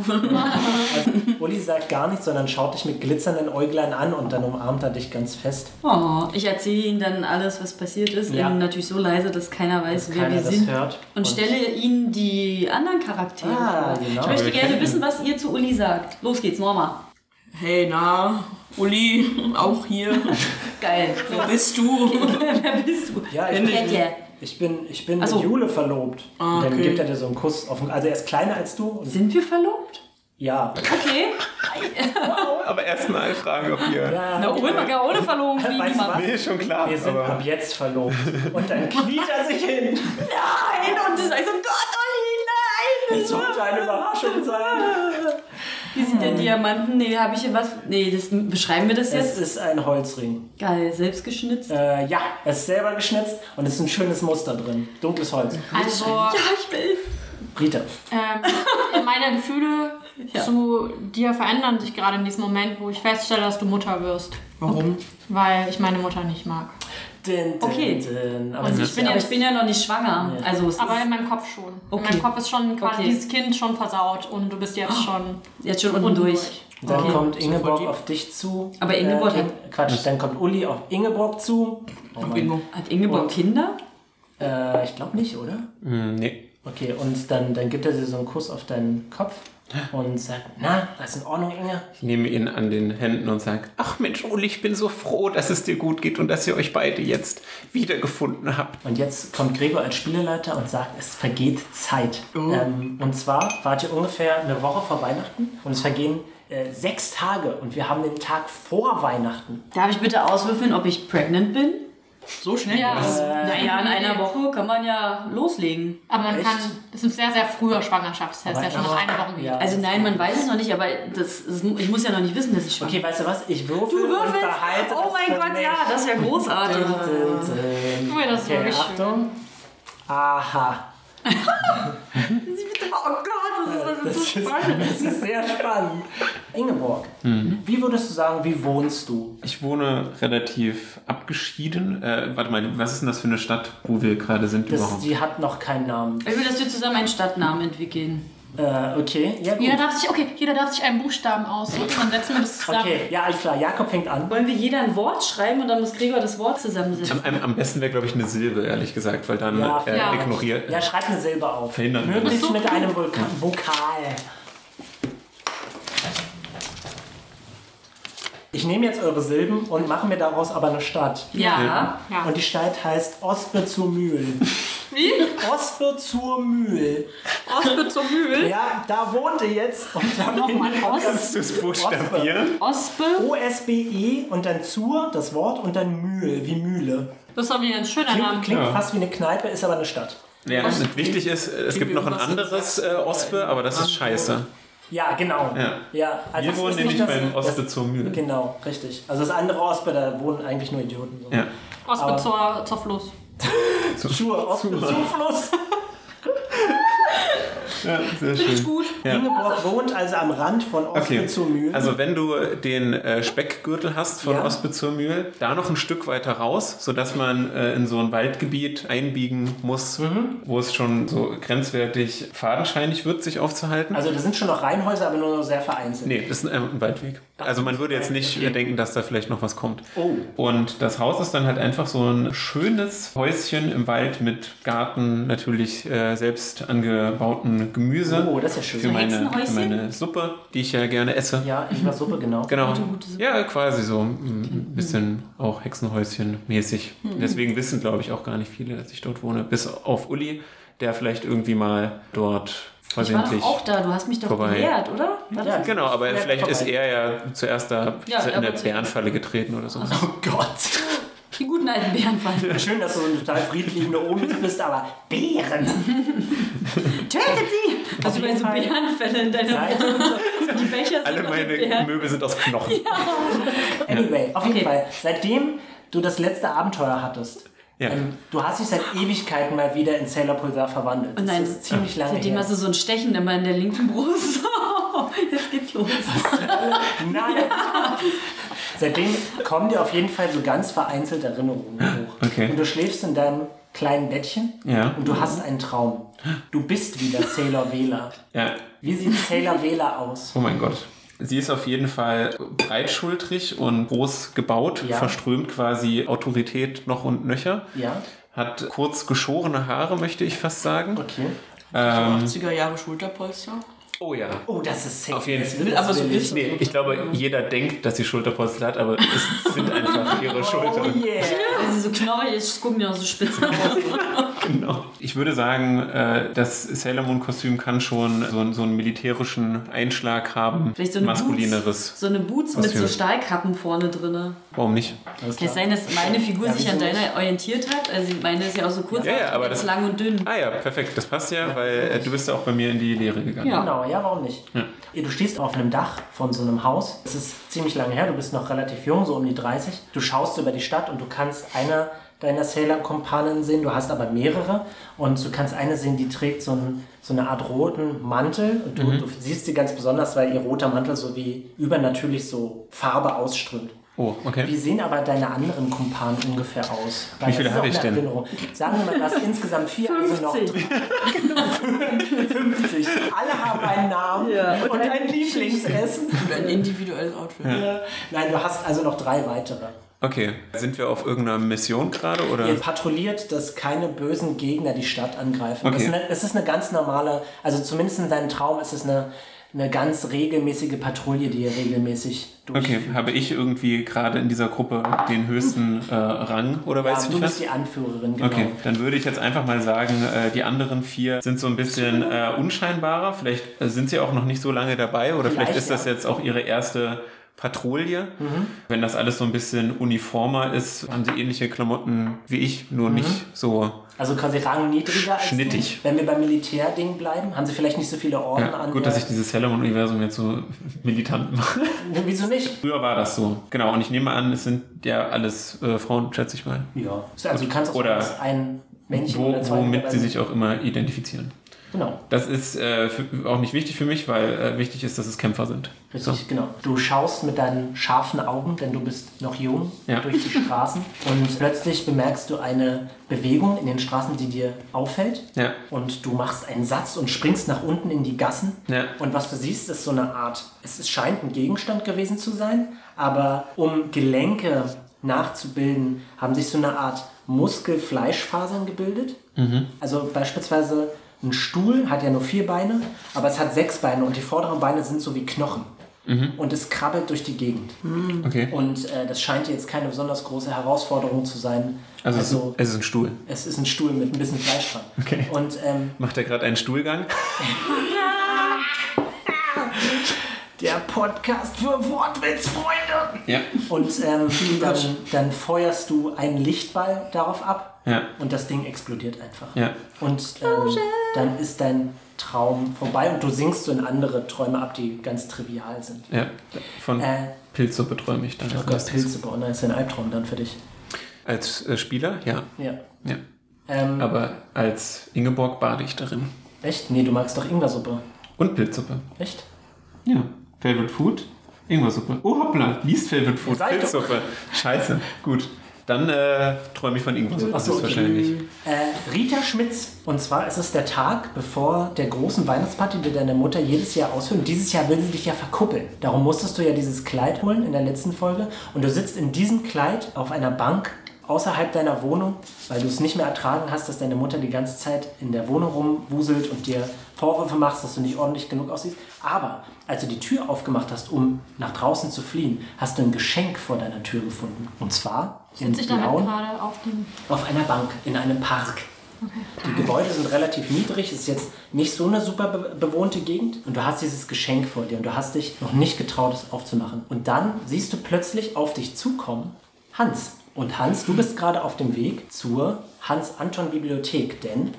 Uli sagt gar nichts, sondern schaut dich mit glitzernden Äuglein an und dann umarmt er dich ganz fest. Oh, ich erzähle ihm dann alles, was passiert ist. Ja. Eben natürlich so leise, dass keiner weiß, wer keiner wir das sind. hört. Und, stelle ihnen die anderen Charaktere Ah, vor. genau. Ich möchte gerne wissen, was ihr zu Uli sagt. Los geht's, Norma. Hey, na, Uli, auch hier. Geil. Wer bist du? wer bist du? Ja, ich Kenn bin, dich. Kennt ihr? ich bin, ich bin Ach so. mit Jule verlobt. Ah, Und dann okay. gibt er dir so einen Kuss auf den, Also er ist kleiner als du. Und Sind wir verlobt? ja. Okay. Aber erstmal fragen, ob ihr. Na, ja. Ulmer, ohne verloren wie Weißt du niemand. Nee, schon klar. Wir sind ab Aber jetzt verlobt. Und dann kniet er sich hin. Nein, und das ist so, Gott, Uli, nein. Es sollte eine Überraschung sein. Wie sieht der Diamanten? Nee, habe ich hier was? Nee, das, beschreiben wir das Es jetzt? ist ein Holzring. Geil, selbst geschnitzt. Äh, ja, es ist selber geschnitzt und es ist ein schönes Muster drin. Dunkles Holz. Also, Ja, ich will. Rita. ähm, meine Gefühle zu dir verändern sich gerade in diesem Moment, wo ich feststelle, dass du Mutter wirst. Warum? Weil ich meine Mutter nicht mag. Din, din, Okay. Din. Aber ich bin Aber jetzt- ich bin ja noch nicht schwanger. Also, es Aber ist in meinem Kopf schon. Okay. In meinem Kopf ist schon quasi Okay. dieses Kind schon versaut und du bist jetzt schon. jetzt schon unten Unten durch. durch. Dann Okay. kommt Ingeborg lieb. auf dich zu. Aber Ingeborg Äh, Quatsch, dann kommt Uli auf Ingeborg zu. Oh Mann. Hat Ingeborg Kinder? Äh, ich glaube nicht, oder? Hm, nee. Okay, und dann, dann gibt er dir so einen Kuss auf deinen Kopf und sagt, na, alles in Ordnung, Inge? Ich nehme ihn an den Händen und sage: Ach Mensch, Uli, ich bin so froh, dass es dir gut geht und dass ihr euch beide jetzt wiedergefunden habt. Und jetzt kommt Gregor als Spieleleiter und sagt, es vergeht Zeit. Oh. Ähm, und zwar wart ihr ungefähr eine Woche vor Weihnachten und es vergehen äh, sechs Tage und wir haben den Tag vor Weihnachten. Darf ich bitte auswürfeln, ob ich pregnant bin? So schnell? naja, in einer Woche kann man ja loslegen. Aber man Echt? kann. Das ist ein sehr, sehr früher Schwangerschaftstest, der schon nach einer Woche geht. Ja. Also nein, man weiß es noch nicht, aber das ist, ich muss ja noch nicht wissen, dass ich schwanger Okay, weißt du was? Ich würfel bin. Du und würfelst? behalte Oh das mein für Gott, mich. äh, ja, das wäre großartig. Ui, das ist Okay, wirklich schön. Achtung. Aha. Oh Gott, das ist so spannend. Das ist sehr spannend. Ingeborg, Mhm. wie würdest du sagen, wie wohnst du? Ich wohne relativ abgeschieden. Äh, warte mal, was ist denn das für eine Stadt, wo wir gerade sind Das, überhaupt? die hat noch keinen Namen. Ich will, dass wir zusammen einen Stadtnamen entwickeln. Äh, okay, ja Jeder gut. darf sich, okay, jeder darf sich einen Buchstaben aussuchen, dann setzen wir das zusammen. Okay, ja, alles klar. Jakob fängt an. Wollen wir jeder ein Wort schreiben und dann muss Gregor das Wort zusammensetzen? Am, am besten wäre, glaube ich, eine Silbe, ehrlich gesagt, weil dann Ja, äh, ja. ignoriert. Ja, schreib eine Silbe auf. Verhindern wir Möglichst das. mit einem Vulkan Vokal. Ich nehme jetzt eure Silben und mache mir daraus aber eine Stadt. Ja. Ja. Und die Stadt heißt Ostbe zu Mühlen. Wie? Ospe zur Mühl. Ospe zur Mühl? Ja, da wohnte jetzt und da Nochmal Os, Kannst du es buchstabieren? Ospe. OSBE E und dann zur, das Wort, und dann Mühl, wie Mühle. Das war wieder ein schöner Klingt, Name. klingt Ja. fast wie eine Kneipe, ist aber eine Stadt. Ja, das wichtig ist, äh, es gibt noch ein anderes äh, Ospe, aber das ist scheiße. Ja, genau. Ja. also Wir es wohnen ist nicht nämlich das- beim das- Ospe zur Mühle. Genau, richtig. Also das andere Ospe, da wohnen eigentlich nur Idioten. So. Ja. Ospe zur, zur Floß. Schuhe, Ospe zum Fluss. ja, sehr schön. Gut. Ja. Ingeborg wohnt also am Rand von Ospe Okay, zur Mühl. also wenn du den äh, Speckgürtel hast von Ja. Ospe zur Mühl, da noch ein Stück weiter raus, sodass man äh, in so ein Waldgebiet einbiegen muss, Mhm. wo es schon so grenzwertig fadenscheinig wird, sich aufzuhalten. also da sind schon noch Reihenhäuser, aber nur sehr vereinzelt. Nee, das ist ein, ein Waldweg. Also man würde jetzt nicht denken, dass da vielleicht noch was kommt. Oh. Und das Haus ist dann halt einfach so ein schönes Häuschen im Wald mit Garten, natürlich äh, selbst angebauten Gemüse. Oh, das ist ja schön. Für So ein meine, für Hexenhäuschen? meine Suppe, die ich ja gerne esse. Ja, ich war Suppe, genau. Genau. Ja, quasi so ein ein bisschen auch Hexenhäuschen-mäßig. Hm. Deswegen wissen, glaube ich, auch gar nicht viele, dass ich dort wohne. Bis auf Uli, der vielleicht irgendwie mal dort Ich war versehentlich doch auch da, du hast mich doch Vorbei. gelehrt, oder? War das- Genau, aber Ja, vielleicht vorbei. ist er ja zuerst da Ja, zu- er in der wird- Bärenfalle getreten oder so. Oh Gott. Die guten alten Bärenfallen. Schön, dass du so eine total friedliebende Omi bist, aber Bären. Tötet sie! Also bei so jeden Fall. Bärenfälle in deiner Die Becher sind Alle doch meine mit Bären. Möbel sind aus Knochen. Anyway, auf jeden Okay. Fall. Seitdem du das letzte Abenteuer hattest, Ja. ähm, du hast dich seit Ewigkeiten mal wieder in Sailor Pulsar verwandelt. Das Oh Nein. ist ziemlich lange Seitdem her. hast du so ein Stechen immer in der linken Brust. Jetzt geht's los. Nein. Seitdem kommen dir auf jeden Fall so ganz vereinzelt Erinnerungen hoch. Okay. Und du schläfst in deinem kleinen Bettchen Ja. und du hast einen Traum. Du bist wieder Sailor Vela. Ja, Wie sieht Sailor Vela aus? oh mein Gott. Sie ist auf jeden Fall breitschultrig und groß gebaut, Ja. verströmt quasi Autorität noch und nöcher. Ja, Hat kurz geschorene Haare, möchte ich fast sagen. okay. Ähm, 80er Jahre Schulterpolster. oh ja. Oh, das ist sexy. Auf jeden Das Fall. will- Aber so will ich. richtig. Nee, ich glaube, jeder denkt, dass sie Schulterpolster hat, aber es sind einfach ihre Schultern. Oh yeah. Wenn sie so knorrig ist, gucken die auch so spitz aus. Genau. Ich würde sagen, äh, das Sailor Moon-Kostüm kann schon so, einen- so einen militärischen Einschlag haben. Vielleicht so eine maskulineres. Boots, so eine Boots mit so für- Stahlkappen vorne drinne. Warum nicht? Kann es sein, dass meine Figur Ja, sich an wieso deiner orientiert hat? Also meine ist ja auch so kurz, Ja, ja, aber das- lang und dünn. Ah ja, perfekt. Das passt ja, weil äh, du bist ja auch bei mir in die Lehre gegangen. Ja. Genau, ja, warum nicht? Du stehst auf einem Dach von so einem Haus. Es ist ziemlich lange her, du bist noch relativ jung, so um die 30. Du schaust über die Stadt und du kannst einer deiner Sailor-Kompanen sehen. Du hast aber mehrere und du kannst eine sehen, die trägt so, einen, so eine Art roten Mantel. Und du, du siehst sie ganz besonders, weil ihr roter Mantel so wie übernatürlich so Farbe ausströmt. Oh, Wie okay. sehen aber deine anderen Kumpanen ungefähr aus? Weil Wie viele das ist habe auch ich eine denn? Erinnerung. Sagen wir mal, du hast insgesamt vier, also noch 50. 50. Alle haben einen Namen und, ein Lieblingsessen. Und ein individuelles Outfit. Nein, du hast also noch drei weitere. Okay. Sind wir auf irgendeiner Mission gerade oder? Ihr patrouilliert, dass keine bösen Gegner die Stadt angreifen. Okay. Es, ist eine, es ist eine ganz normale, also zumindest in seinem Traum ist es eine, eine ganz regelmäßige Patrouille, die ihr regelmäßig durchführt. Okay, habe ich irgendwie gerade in dieser Gruppe den höchsten äh, Rang oder Ja, weißt du du nicht bist was? die Anführerin, genau. Okay, dann würde ich jetzt einfach mal sagen, äh, die anderen vier sind so ein bisschen äh, unscheinbarer. Vielleicht äh, sind sie auch noch nicht so lange dabei oder vielleicht, Vielleicht, ist das ja. Mhm. jetzt auch ihre erste Patrouille. Wenn das alles so ein bisschen uniformer ist, haben sie ähnliche Klamotten wie ich, nur Mhm. nicht so. Also quasi Rang niedriger als Schnittig. Du. Wenn wir beim Militärding bleiben, haben sie vielleicht nicht so viele Orden Ja, an. gut, der- dass ich dieses Sailor-Universum jetzt so militant mache. Wieso nicht? Früher war das so. Genau, und ich nehme an, es sind ja alles äh, Frauen, schätze ich mal. Ja. Also du kannst auch Oder- als ein Männchen Wo, oder zwei womit sie dabei- sich auch immer identifizieren. Genau. Das ist äh, für, auch nicht wichtig für mich, weil äh, wichtig ist, dass es Kämpfer sind. Richtig, genau. Du schaust mit deinen scharfen Augen, denn du bist noch jung, Ja. durch die Straßen und plötzlich bemerkst du eine Bewegung in den Straßen, die dir auffällt. Ja. Und du machst einen Satz und springst nach unten in die Gassen. Ja. Und was du siehst, ist so eine Art, es ist- scheint ein Gegenstand gewesen zu sein, aber um Gelenke nachzubilden, haben sich so eine Art Muskelfleischfasern gebildet. Mhm. Also beispielsweise ein Stuhl hat ja nur vier Beine, aber es hat sechs Beine und die vorderen Beine sind so wie Knochen. Mhm. und es krabbelt durch die Gegend. Okay. Und äh, das scheint jetzt keine besonders große Herausforderung zu sein. Also, Also, es ist- es ist ein Stuhl. es ist ein Stuhl mit ein bisschen Fleisch dran. Okay. Und ähm, Macht er gerade einen Stuhlgang? der Podcast für Wortwitzfreunde. Ja. Und ähm, dann, dann feuerst du einen Lichtball darauf ab Ja. und das Ding explodiert einfach. Ja. Und ähm, dann ist dein Traum vorbei und du singst so in andere Träume ab, die ganz trivial sind. Ja. Von Äh. Pilzsuppe träume ich dann. Oh Gott, Pilze bauen, das ist ein Albtraum dann für dich. Als äh, Spieler, ja. Ja. ja. Ähm, Aber als Ingeborg bade ich darin. echt? Nee, du magst doch Ingwersuppe. Und Pilzsuppe. Echt? Ja. Favorite Food? Ingwersuppe. Oh hoppla, liest Favorite Food. Ja, sag ich doch. Pilzsuppe. Scheiße. Gut. Dann äh, träume ich von Ingwersuppe. Ach so, okay. wahrscheinlich. Äh, Rita Schmitz. Und zwar ist es der Tag, bevor der großen Weihnachtsparty, die deine Mutter jedes Jahr ausführt. Und dieses Jahr will sie dich ja verkuppeln. Darum musstest du ja dieses Kleid holen in der letzten Folge. Und du sitzt in diesem Kleid auf einer Bank außerhalb deiner Wohnung, weil du es nicht mehr ertragen hast, dass deine Mutter die ganze Zeit in der Wohnung rumwuselt und dir Vorwürfe machst, dass du nicht ordentlich genug aussiehst. Aber als du die Tür aufgemacht hast, um nach draußen zu fliehen, hast du ein Geschenk vor deiner Tür gefunden. Und zwar in Sitze ich damit blauen gerade auf dem. auf einer Bank in einem Park. Die Gebäude sind relativ niedrig, es ist jetzt nicht so eine super be bewohnte Gegend und du hast dieses Geschenk vor dir und du hast dich noch nicht getraut, es aufzumachen. Und dann siehst du plötzlich auf dich zukommen Hans. Und Hans, du bist gerade auf dem Weg zur Hans-Anton-Bibliothek, denn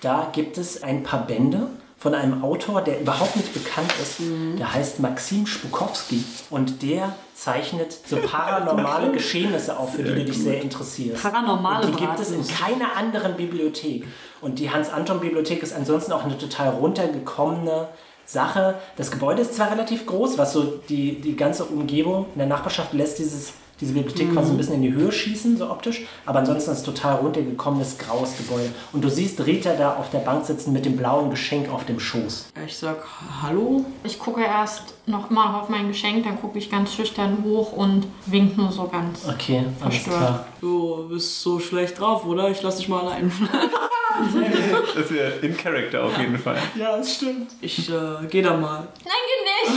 da gibt es ein paar Bände von einem Autor, der überhaupt nicht bekannt ist. Der heißt Maxim Spukowski und der zeichnet so paranormale Geschehnisse auf, für die du dich sehr interessierst. Paranormale und die gibt es in Bratwurst. keiner anderen Bibliothek. Und die Hans-Anton-Bibliothek ist ansonsten auch eine total runtergekommene Sache. Das Gebäude ist zwar relativ groß, was so die, die ganze Umgebung in der Nachbarschaft lässt dieses, diese Bibliothek quasi ein bisschen in die Höhe schießen, so optisch. Aber ansonsten ist es total runtergekommenes, graues Gebäude. Und du siehst Rita da auf der Bank sitzen mit dem blauen Geschenk auf dem Schoß. Ich sag Hallo. Ich gucke erst noch immer noch auf mein Geschenk, dann gucke ich ganz schüchtern hoch und wink nur so ganz. Okay, alles Verstört. klar. Du bist so schlecht drauf, oder? Ich lass dich mal allein. Das ist ja in Character auf jeden Fall. Ja, das stimmt. Ich äh, geh da mal. Nein,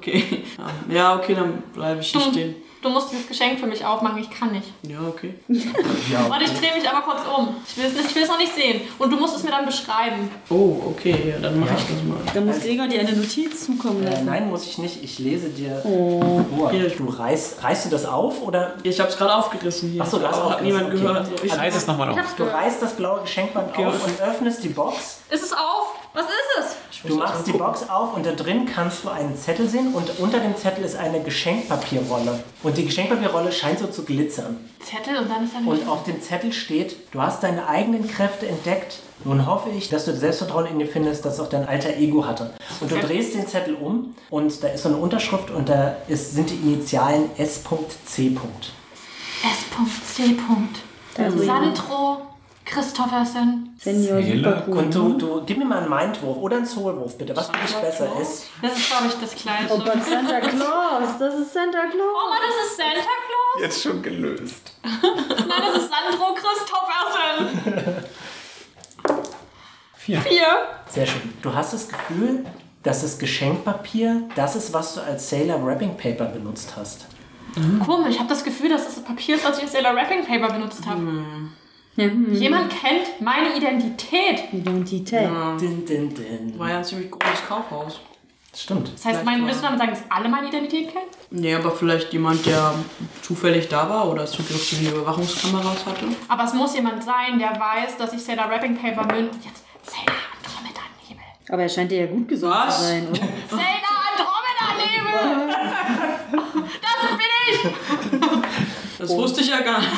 geh nicht! Okay. Ja, ja okay, dann bleibe ich hier stehen. Du musst dieses Geschenk für mich aufmachen, ich kann nicht. Ja, okay. Warte, ich drehe mich aber kurz um. Ich will es nicht, ich will es noch nicht sehen. Und du musst es mir dann beschreiben. Oh, okay, ja, dann mach ich das mal. Dann muss Gregor dir eine Notiz zukommen Äh, lassen. nein, muss ich nicht. Ich lese dir vor. Du reißt, reißt du das auf oder Ich hab's gerade aufgerissen hier. Achso, du hast Hat auch niemand gehört. So, ich, Reiß es nochmal auf. Du reißt das blaue Geschenkband auf und öffnest die Box. Ist es auf? Was ist es? Du machst die Box auf und da drin kannst du einen Zettel sehen und unter dem Zettel ist eine Geschenkpapierrolle. Und die Geschenkpapierrolle scheint so zu glitzern. Zettel und dann ist er Und nicht. auf dem Zettel steht, du hast deine eigenen Kräfte entdeckt. Nun hoffe ich, dass du Selbstvertrauen in dir findest, das auch dein alter Ego hatte. Und du drehst den Zettel um und da ist so eine Unterschrift und da ist, sind die Initialen S.C. S.C. Sandro Christoffersen. Senior Hela. Supercool. Und du, du, gib mir mal einen Mindwurf oder einen Soulwurf bitte, was für dich besser ist. Das ist, glaube ich, das Kleid. Oh Gott, Santa Claus, das ist Santa Claus. Oh Mann, das ist Santa Claus. Jetzt schon gelöst. Nein, das ist Sandro Christoffersen. Vier. Vier. Sehr schön. Du hast das Gefühl, dass das Geschenkpapier das ist, was du als Sailor Wrapping Paper benutzt hast. Komisch, ich habe das Gefühl, dass das Papier ist, was ich als Sailor Wrapping Paper benutzt habe. Hm. Jemand kennt meine Identität. Identität. Din, din, din. war ja ein ziemlich großes Kaufhaus. Stimmt. Das heißt, meine, müssen wir sagen, dass alle meine Identität kennen? Nee, aber vielleicht jemand, der zufällig da war oder Zugriff zu den Überwachungskameras hatte. Aber es muss jemand sein, der weiß, dass ich Sailor Wrapping Paper bin. Und jetzt Sailor Andromeda Nebel. Aber er scheint dir ja gut gesonnen Was? zu sein, oder? Sailor Andromeda Nebel! Das bin ich! Das wusste ich ja gar nicht.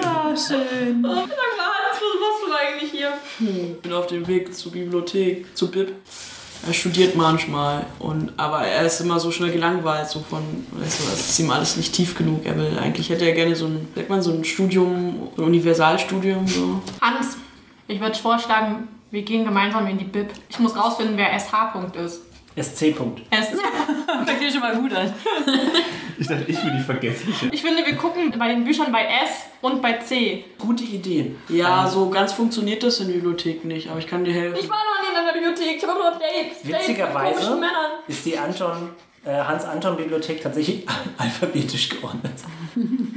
Oh, Na klar, was machst du eigentlich hier? Ich bin auf dem Weg zur Bibliothek, zu Bib. Er studiert manchmal, und, aber er ist immer so schnell gelangweilt, so von, weißt du, also es ist ihm alles nicht tief genug. Er will, eigentlich hätte er gerne so ein, sagt man, so ein Studium, ein Universalstudium, so. Hans, ich würde vorschlagen, wir gehen gemeinsam in die Bib. Ich muss rausfinden, wer SH. -Punkt ist. SC Punkt. S Fängt dir schon mal gut an. Ich dachte, ich bin die Vergessliche. ich finde, wir gucken bei den Büchern bei S und bei C. Gute Idee. Ja, so ganz funktioniert das in Bibliotheken nicht, aber ich kann dir helfen. Ich war noch nie in in der Bibliothek. Ich habe nur Dates. Dates mit Witzigerweise komischen Männern. ist die Anton, äh, Hans-Anton-Bibliothek tatsächlich alphabetisch geordnet.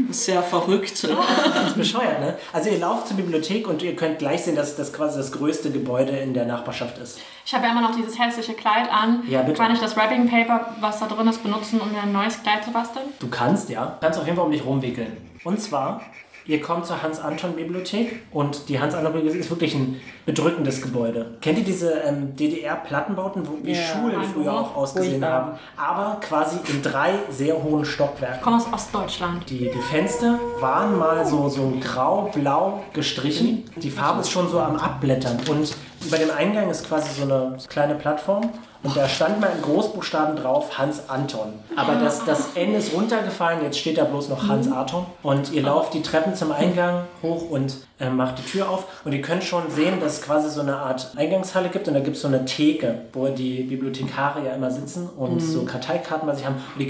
Ist ja verrückt. Das ist bescheuert, ne? Also ihr lauft zur Bibliothek und ihr könnt gleich sehen, dass das quasi das größte Gebäude in der Nachbarschaft ist. Ich habe ja immer noch dieses hässliche Kleid an. Ja, bitte. Kann ich das Wrapping Paper, was da drin ist, benutzen, um mir ein neues Kleid zu basteln? Du kannst, ja. Kannst auf jeden Fall um dich rumwickeln. Und zwar, ihr kommt zur Hans-Anton-Bibliothek und die Hans-Anton-Bibliothek ist wirklich ein bedrückendes Gebäude. Kennt ihr diese ähm, DDR-Plattenbauten, wo wie Schulen früher auch ausgesehen haben? Aber quasi in drei sehr hohen Stockwerken. Ich komme aus Ostdeutschland. Die, die Fenster waren mal so, so grau-blau gestrichen. Die Farbe ist schon so am Abblättern. Und über dem Eingang ist quasi so eine kleine Plattform. Und da stand mal in Großbuchstaben drauf Hans Anton. Aber das, das N ist runtergefallen, jetzt steht da bloß noch Hans Anton. Und ihr lauft die Treppen zum Eingang hoch und äh, macht die Tür auf. Und ihr könnt schon sehen, dass es quasi so eine Art Eingangshalle gibt. Und da gibt es so eine Theke, wo die Bibliothekare ja immer sitzen und so Karteikarten bei sich haben. Und die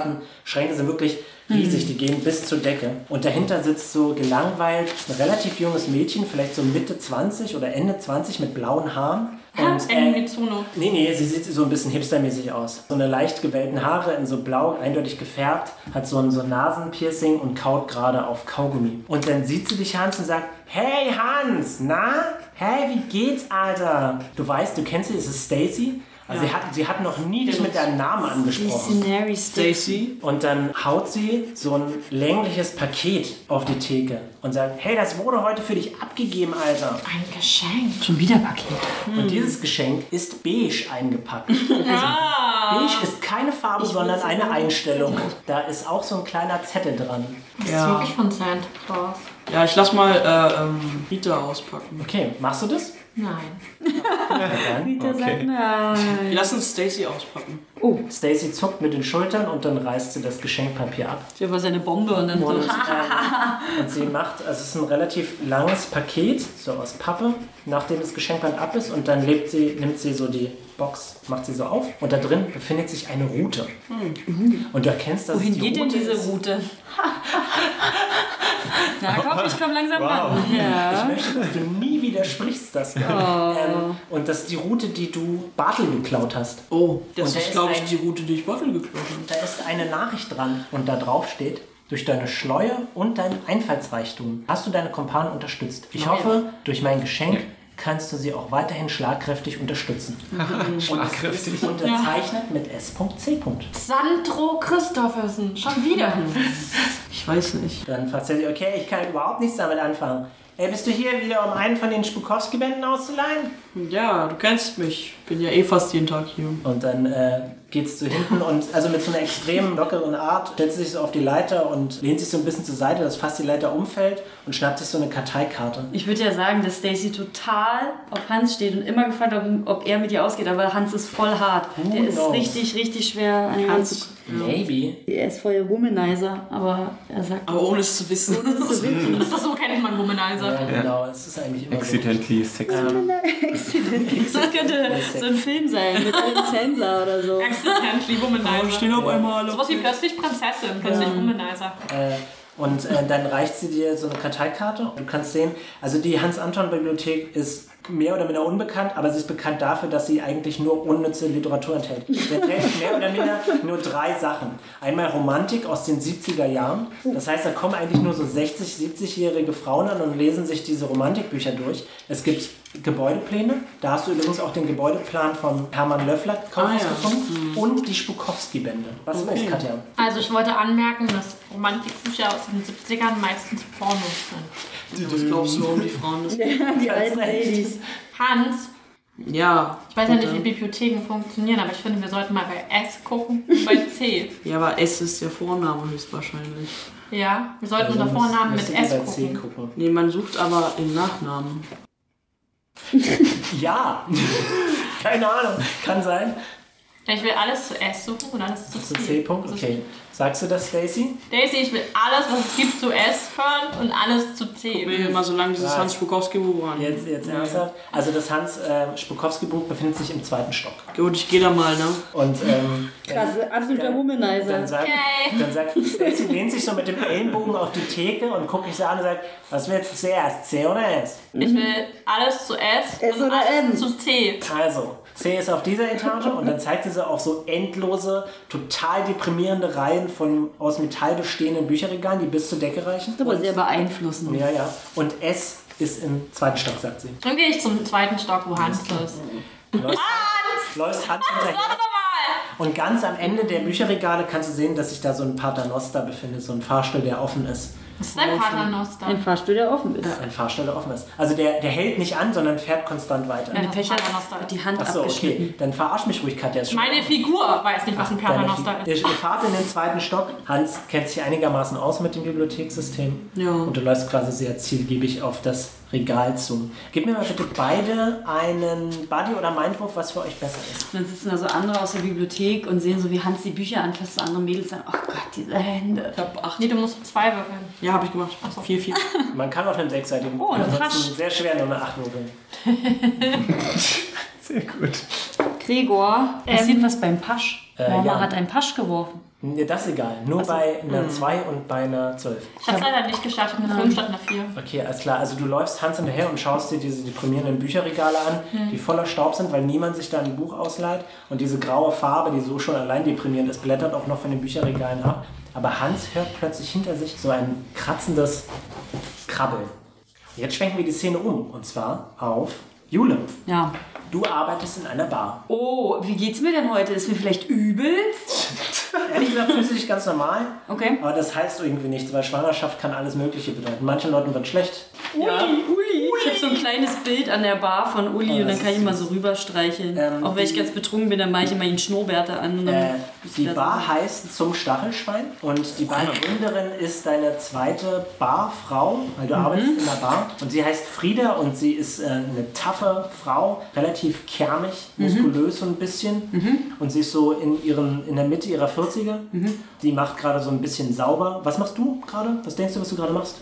Karteikartenschränke sind wirklich riesig, die gehen bis zur Decke. Und dahinter sitzt so gelangweilt ein relativ junges Mädchen, vielleicht so Mitte 20 oder Ende 20 mit blauen Haaren. Und, Ende äh, Mizuno. nee, nee, sie sieht so ein bisschen hipstermäßig aus. So eine leicht gewellten Haare in so blau, eindeutig gefärbt, hat so ein so ein Nasenpiercing und kaut gerade auf Kaugummi. Und dann sieht sie dich, Hans, und sagt, hey Hans, na? Hey, wie geht's, Alter? Du weißt, du kennst sie, es ist Stacy. Also sie, hat, sie hat noch nie dich mit deinem Namen angesprochen. Visionary Stick. Daisy. Und dann haut sie so ein längliches Paket auf die Theke und sagt, hey, das wurde heute für dich abgegeben, Alter. Ein Geschenk. Schon wieder Paket. Mhm. Und dieses Geschenk ist beige eingepackt. Ah. Also, beige ist keine Farbe, sondern eine Einstellung. Da ist auch so ein kleiner Zettel dran. Das ist Ja. wirklich von Santa Claus. ja, ich lass mal äh, ähm, Rita auspacken. Okay, machst du das? Nein. Okay. Wir lassen Stacy auspacken. Stacy zuckt mit den Schultern und dann reißt sie das Geschenkpapier ab. Ich war seine Bombe und dann Und, so. ähm, und sie macht, also es ist ein relativ langes Paket, so aus Pappe, nachdem das Geschenkband ab ist und dann lebt sie, nimmt sie so die Box, macht sie so auf und da drin befindet sich eine Route. Und du erkennst, dass es Hm. die Wohin geht denn Route diese ist. Route? Na komm, ich komm langsam ran. Ich Ja. möchte, dass du nie widersprichst das. Ähm, und das ist die Route, die du Bartel geklaut hast. Oh, Und das da ist, ist glaube ich, ein- die Route, die ich Bottle geklaut habe. Da ist eine Nachricht dran und da drauf steht, durch deine Schleue und deinen Einfallsreichtum hast du deine Kompanen unterstützt. Ich hoffe, durch mein Geschenk kannst du sie auch weiterhin schlagkräftig unterstützen. Schlagkräftig. Unterzeichnet mit S.C. Sandro Christoffersen. Schon wieder. Ich weiß nicht. Dann fragt sie, okay, ich kann überhaupt nichts damit anfangen. Ey, bist du hier wieder, um einen von den Spukowski-Bänden auszuleihen? Ja, du kennst mich. Bin ja eh fast jeden Tag hier. Und dann äh, geht's zu hinten und also mit so einer extrem lockeren Art stellt sie sich so auf die Leiter und lehnt sich so ein bisschen zur Seite, dass fast die Leiter umfällt und schnappt sich so eine Karteikarte. Ich würde ja sagen, dass Stacy total auf Hans steht und immer gefragt hat, ob er mit ihr ausgeht, aber Hans ist voll hart. Der ist knows? richtig, richtig schwer an ihm Hans. anzukommen. Maybe. Er ist voll der Womanizer, aber er sagt, Aber ohne es zu wissen. Ist das so, kennt man Womanizer. Ja, genau, es ist eigentlich immer so. Accidentally sexy. das könnte so ein Film sein mit einem Sandler oder so. Accidentally Womanizer. Stehen auf einmal alle. Sowas wie plötzlich Prinzessin, plötzlich Womanizer. Äh, und äh, dann reicht sie dir so eine Karteikarte. Du kannst sehen, also die Hans-Anton-Bibliothek ist mehr oder minder unbekannt, aber sie ist bekannt dafür, dass sie eigentlich nur unnütze Literatur enthält. Sie enthält mehr oder minder nur drei Sachen. Einmal Romantik aus den 70er Jahren. Das heißt, da kommen eigentlich nur so 60, 70-jährige Frauen an und lesen sich diese Romantikbücher durch. Es gibt Gebäudepläne. Da hast du übrigens auch den Gebäudeplan von Hermann Löffler Ah, ja. gefunden. Mhm. Und die Spukowski-Bände. Was ist, Katja? Also ich wollte anmerken, dass Romantikbücher aus den 70ern meistens Pornos sind. Was glaubst du, warum die Frauen das? Die alten Ladies. Hans, Ja. ich weiß ja nicht, wie Bibliotheken funktionieren, aber ich finde, wir sollten mal bei S gucken und bei C. Ja, aber S ist der Vorname höchstwahrscheinlich. Ja, wir sollten unter Muss- Vornamen mit müsst ihr S bei C gucken. gucken. Nee, man sucht aber im Nachnamen. Ja, keine Ahnung, kann sein. Ich will alles zu S suchen und alles zu Das ist C. ein C-Punkt, Das ist- okay. Sagst du das, Stacy? Daisy, ich will alles, was es gibt, zu S hören und alles zu C. Wir mal so lange dieses Ja. Hans Bukowski Buch an. Jetzt, jetzt ernsthaft. Also das Hans-Spukowski-Buch befindet sich im zweiten Stock. Gut, ich gehe da mal, ne? Und ähm, Krasse, absoluter dann Womanizer. sagt, Okay. dann sagt Stacy lehnt sich so mit dem Ellenbogen auf die Theke und guckt mich so an und sagt, was wird jetzt zuerst, C oder S? Ich will alles zu S, S und oder alles M? zu C. Also, C ist auf dieser Etage und dann zeigt sie so auch so endlose, total deprimierende Reihen von aus Metall bestehenden Bücherregalen, die bis zur Decke reichen. Aber sehr beeinflussend. Ja, ja. Und S ist im zweiten Stock, sagt sie. Dann gehe ich zum zweiten Stock, wo Hans ist. Läufst, läufst Hand hinterher. Warte mal! Und ganz am Ende der Bücherregale kannst du sehen, dass sich da so ein Paternoster befindet, so ein Fahrstuhl, der offen ist. Das ist dein Paternoster. Ein Fahrstuhl, der offen ist. Ein Fahrstuhl, der offen ist. Also der, der hält nicht an, sondern fährt konstant weiter. Meine Pech Paternoster. hat die Hand Achso, Äh, abgeschnitten. okay. Dann verarsch mich ruhig, Katja. Ist schon Meine Figur weiß nicht, was ein Deine Paternoster Fi- ist. Ihr fahrt in den zweiten Stock. Hans kennt sich einigermaßen aus mit dem Bibliothekssystem. Ja. Und du läufst quasi sehr zielgiebig auf das Regal zu. Gib mir mal bitte beide einen Buddy- oder Mindwurf, was für euch besser ist. Und dann sitzen da so andere aus der Bibliothek und sehen so, wie Hans die Bücher anfasst. So andere Mädels sagen, oh Gott, diese Hände. Ich hab acht. Nee, du musst zwei würfeln. Ja, hab ich gemacht. Vier, vier. Man kann auf einem sechsseitigen Oh, Ansonsten rasch. sehr schwer nur eine 8 würfeln. Sehr gut. Gregor, passiert was beim Pasch? Mama Äh, ja. hat einen Pasch geworfen. Nee, Das ist egal. Nur Also, bei mm. einer 2 und bei einer 12. Ich hab's leider nicht geschafft, ich hab eine 5 statt einer 4. Okay, alles klar. Also du läufst Hans hinterher und schaust dir diese deprimierenden Bücherregale an, die voller Staub sind, weil niemand sich da ein Buch ausleiht. Und diese graue Farbe, die so schon allein deprimierend ist, blättert auch noch von den Bücherregalen ab. Aber Hans hört plötzlich hinter sich so ein kratzendes Krabbeln. Jetzt schwenken wir die Szene um. Und zwar auf Jule. Ja. Du arbeitest in einer Bar. Oh, wie geht's mir denn heute? Ist mir vielleicht übel? Oh, Ehrlich gesagt fühlst du dich ganz normal. Okay. Aber das heißt irgendwie nichts, weil Schwangerschaft kann alles Mögliche bedeuten. Manchen Leuten wird schlecht, Uli, Uli. Ich habe so ein kleines Bild an der Bar von Uli und Oh, das dann kann ich mal so rüberstreicheln. Ähm, Auch wenn ich ganz betrunken bin, dann mache ich immer ihn Schnurrbärte an. Und dann Äh, die Bar heißt Zum Stachelschwein und die Bargründerin ist deine zweite Barfrau, weil du arbeitest in der Bar. Und sie heißt Frieda und sie ist äh, eine taffe Frau, relativ kermig, muskulös so ein bisschen. Und sie ist so in, ihren, in der Mitte ihrer 40er. Die macht gerade so ein bisschen sauber. Was machst du gerade? Was denkst du, was du gerade machst?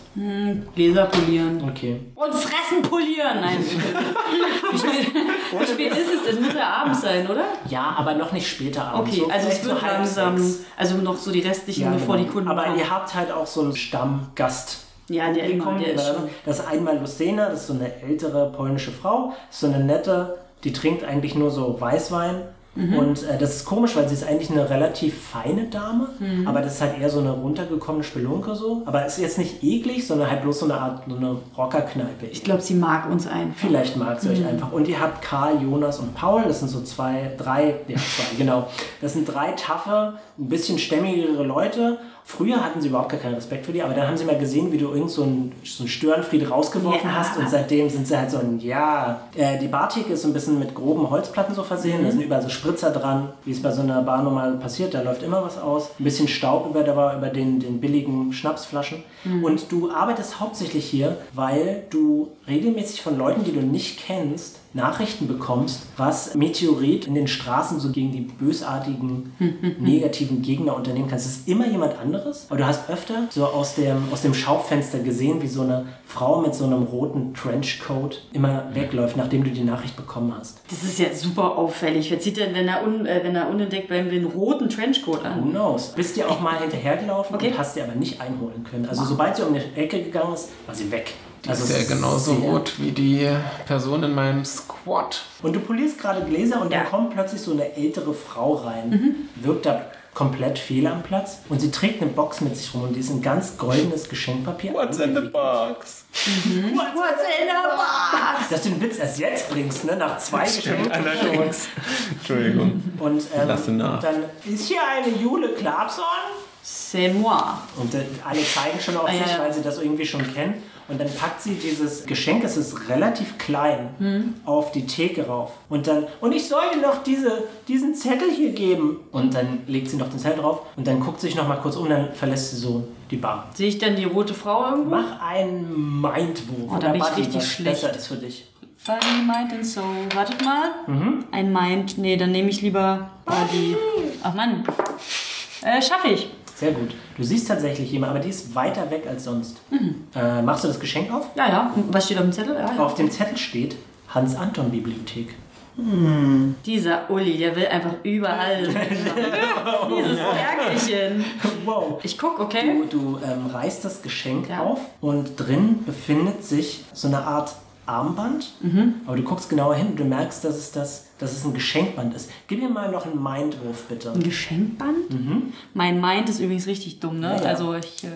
Gläser polieren. Okay. Und fressen polieren. Nein. wie spät, wie spät ist es? Das muss ja abends sein, oder? Ja, aber noch nicht später abends. Okay, So also es vielleicht wird so halb langsam. sechs. Also noch so die restlichen, Ja, bevor genau. die Kunden Aber kommen. ihr habt halt auch so einen Stammgast. Ja, der Publikum, immer, der ist oder? schon- Das ist einmal Lucena, das ist so eine ältere polnische Frau, ist so eine nette, die trinkt eigentlich nur so Weißwein. Mhm. Und äh, das ist komisch, weil sie ist eigentlich eine relativ feine Dame, Mhm. aber das ist halt eher so eine runtergekommene Spelunke so. Aber ist jetzt nicht eklig, sondern halt bloß so eine Art, so eine Rockerkneipe. ich glaube, sie mag uns ein. Vielleicht mag sie euch einfach. Und ihr habt Karl, Jonas und Paul. Das sind so zwei, drei, ja, zwei, genau. Das sind drei taffe, ein bisschen stämmigere Leute. Früher hatten sie überhaupt gar keinen Respekt für die, aber dann haben sie mal gesehen, wie du irgend so einen, so einen Störenfried rausgeworfen Ja. hast und seitdem sind sie halt so ein Ja. Äh, die Bartheke ist so ein bisschen mit groben Holzplatten so versehen, da sind überall so Spritzer dran, wie es bei so einer Bar normal passiert, da läuft immer was aus. Ein bisschen Staub über, der war über den, den billigen Schnapsflaschen. Und du arbeitest hauptsächlich hier, weil du regelmäßig von Leuten, die du nicht kennst, Nachrichten bekommst, was Meteorit in den Straßen so gegen die bösartigen, negativen Gegner unternehmen kannst. Es ist immer jemand anderes, aber du hast öfter so aus dem, aus dem Schaufenster gesehen, wie so eine Frau mit so einem roten Trenchcoat immer wegläuft, nachdem du die Nachricht bekommen hast. Das ist ja super auffällig. Wer zieht denn, wenn er, un, äh, wenn er unentdeckt bleiben will, einen roten Trenchcoat Who an? knows? Bist dir auch mal hinterhergelaufen Okay. und hast dir aber nicht einholen können. Also sobald sie um die Ecke gegangen ist, war sie weg. Also ist es ja ist genauso sehr- rot wie die Person in meinem Squad. Und du polierst gerade Gläser und dann kommt plötzlich so eine ältere Frau rein, wirkt da komplett fehl am Platz und sie trägt eine Box mit sich rum und die ist in ganz goldenes Geschenkpapier. eingewickelt. box? What's in the box? Dass du den Witz erst jetzt bringst, ne? Nach zwei Geschenken. Allerdings. Entschuldigung. Und ähm, Lass ihn nach. dann ist hier eine Jule Klapson. C'est moi. Und äh, alle zeigen schon auf Ah, sich, ja, ja. weil sie das irgendwie schon kennen. Und dann packt sie dieses Geschenk, es ist relativ klein, Hm. auf die Theke rauf. Und dann, und ich soll dir noch diese, diesen Zettel hier geben. Und dann legt sie noch den Zettel drauf und dann guckt sie sich noch mal kurz um, dann verlässt sie so die Bar. Sehe ich dann die rote Frau irgendwo? Mach einen Mindwurf. Oh, da bin ich Buddy, richtig was schlecht. besser ist für dich. Body, Mind and Soul. Wartet mal. Mhm. Ein Mind. Nee, dann nehme ich lieber Body. Ach Mann. Äh, schaffe ich. Sehr gut. Du siehst tatsächlich jemanden, aber die ist weiter weg als sonst. Mhm. Äh, machst du das Geschenk auf? Ja, ja. Was steht auf dem Zettel? Ja, ja. Auf dem Zettel steht Hans-Anton-Bibliothek. Dieser Uli, der will einfach überall. Dieses Ärgerchen. Wow. Ich guck, okay? Du, du ähm, reißt das Geschenk Ja. auf und drin befindet sich so eine Art Armband. Aber du guckst genauer hin und du merkst, dass es, das, dass es ein Geschenkband ist. Gib mir mal noch einen Mindwurf, bitte. Ein Geschenkband? Mein Mind ist übrigens richtig dumm, ne? Mhm. Ja, ja. Also ich. Äh,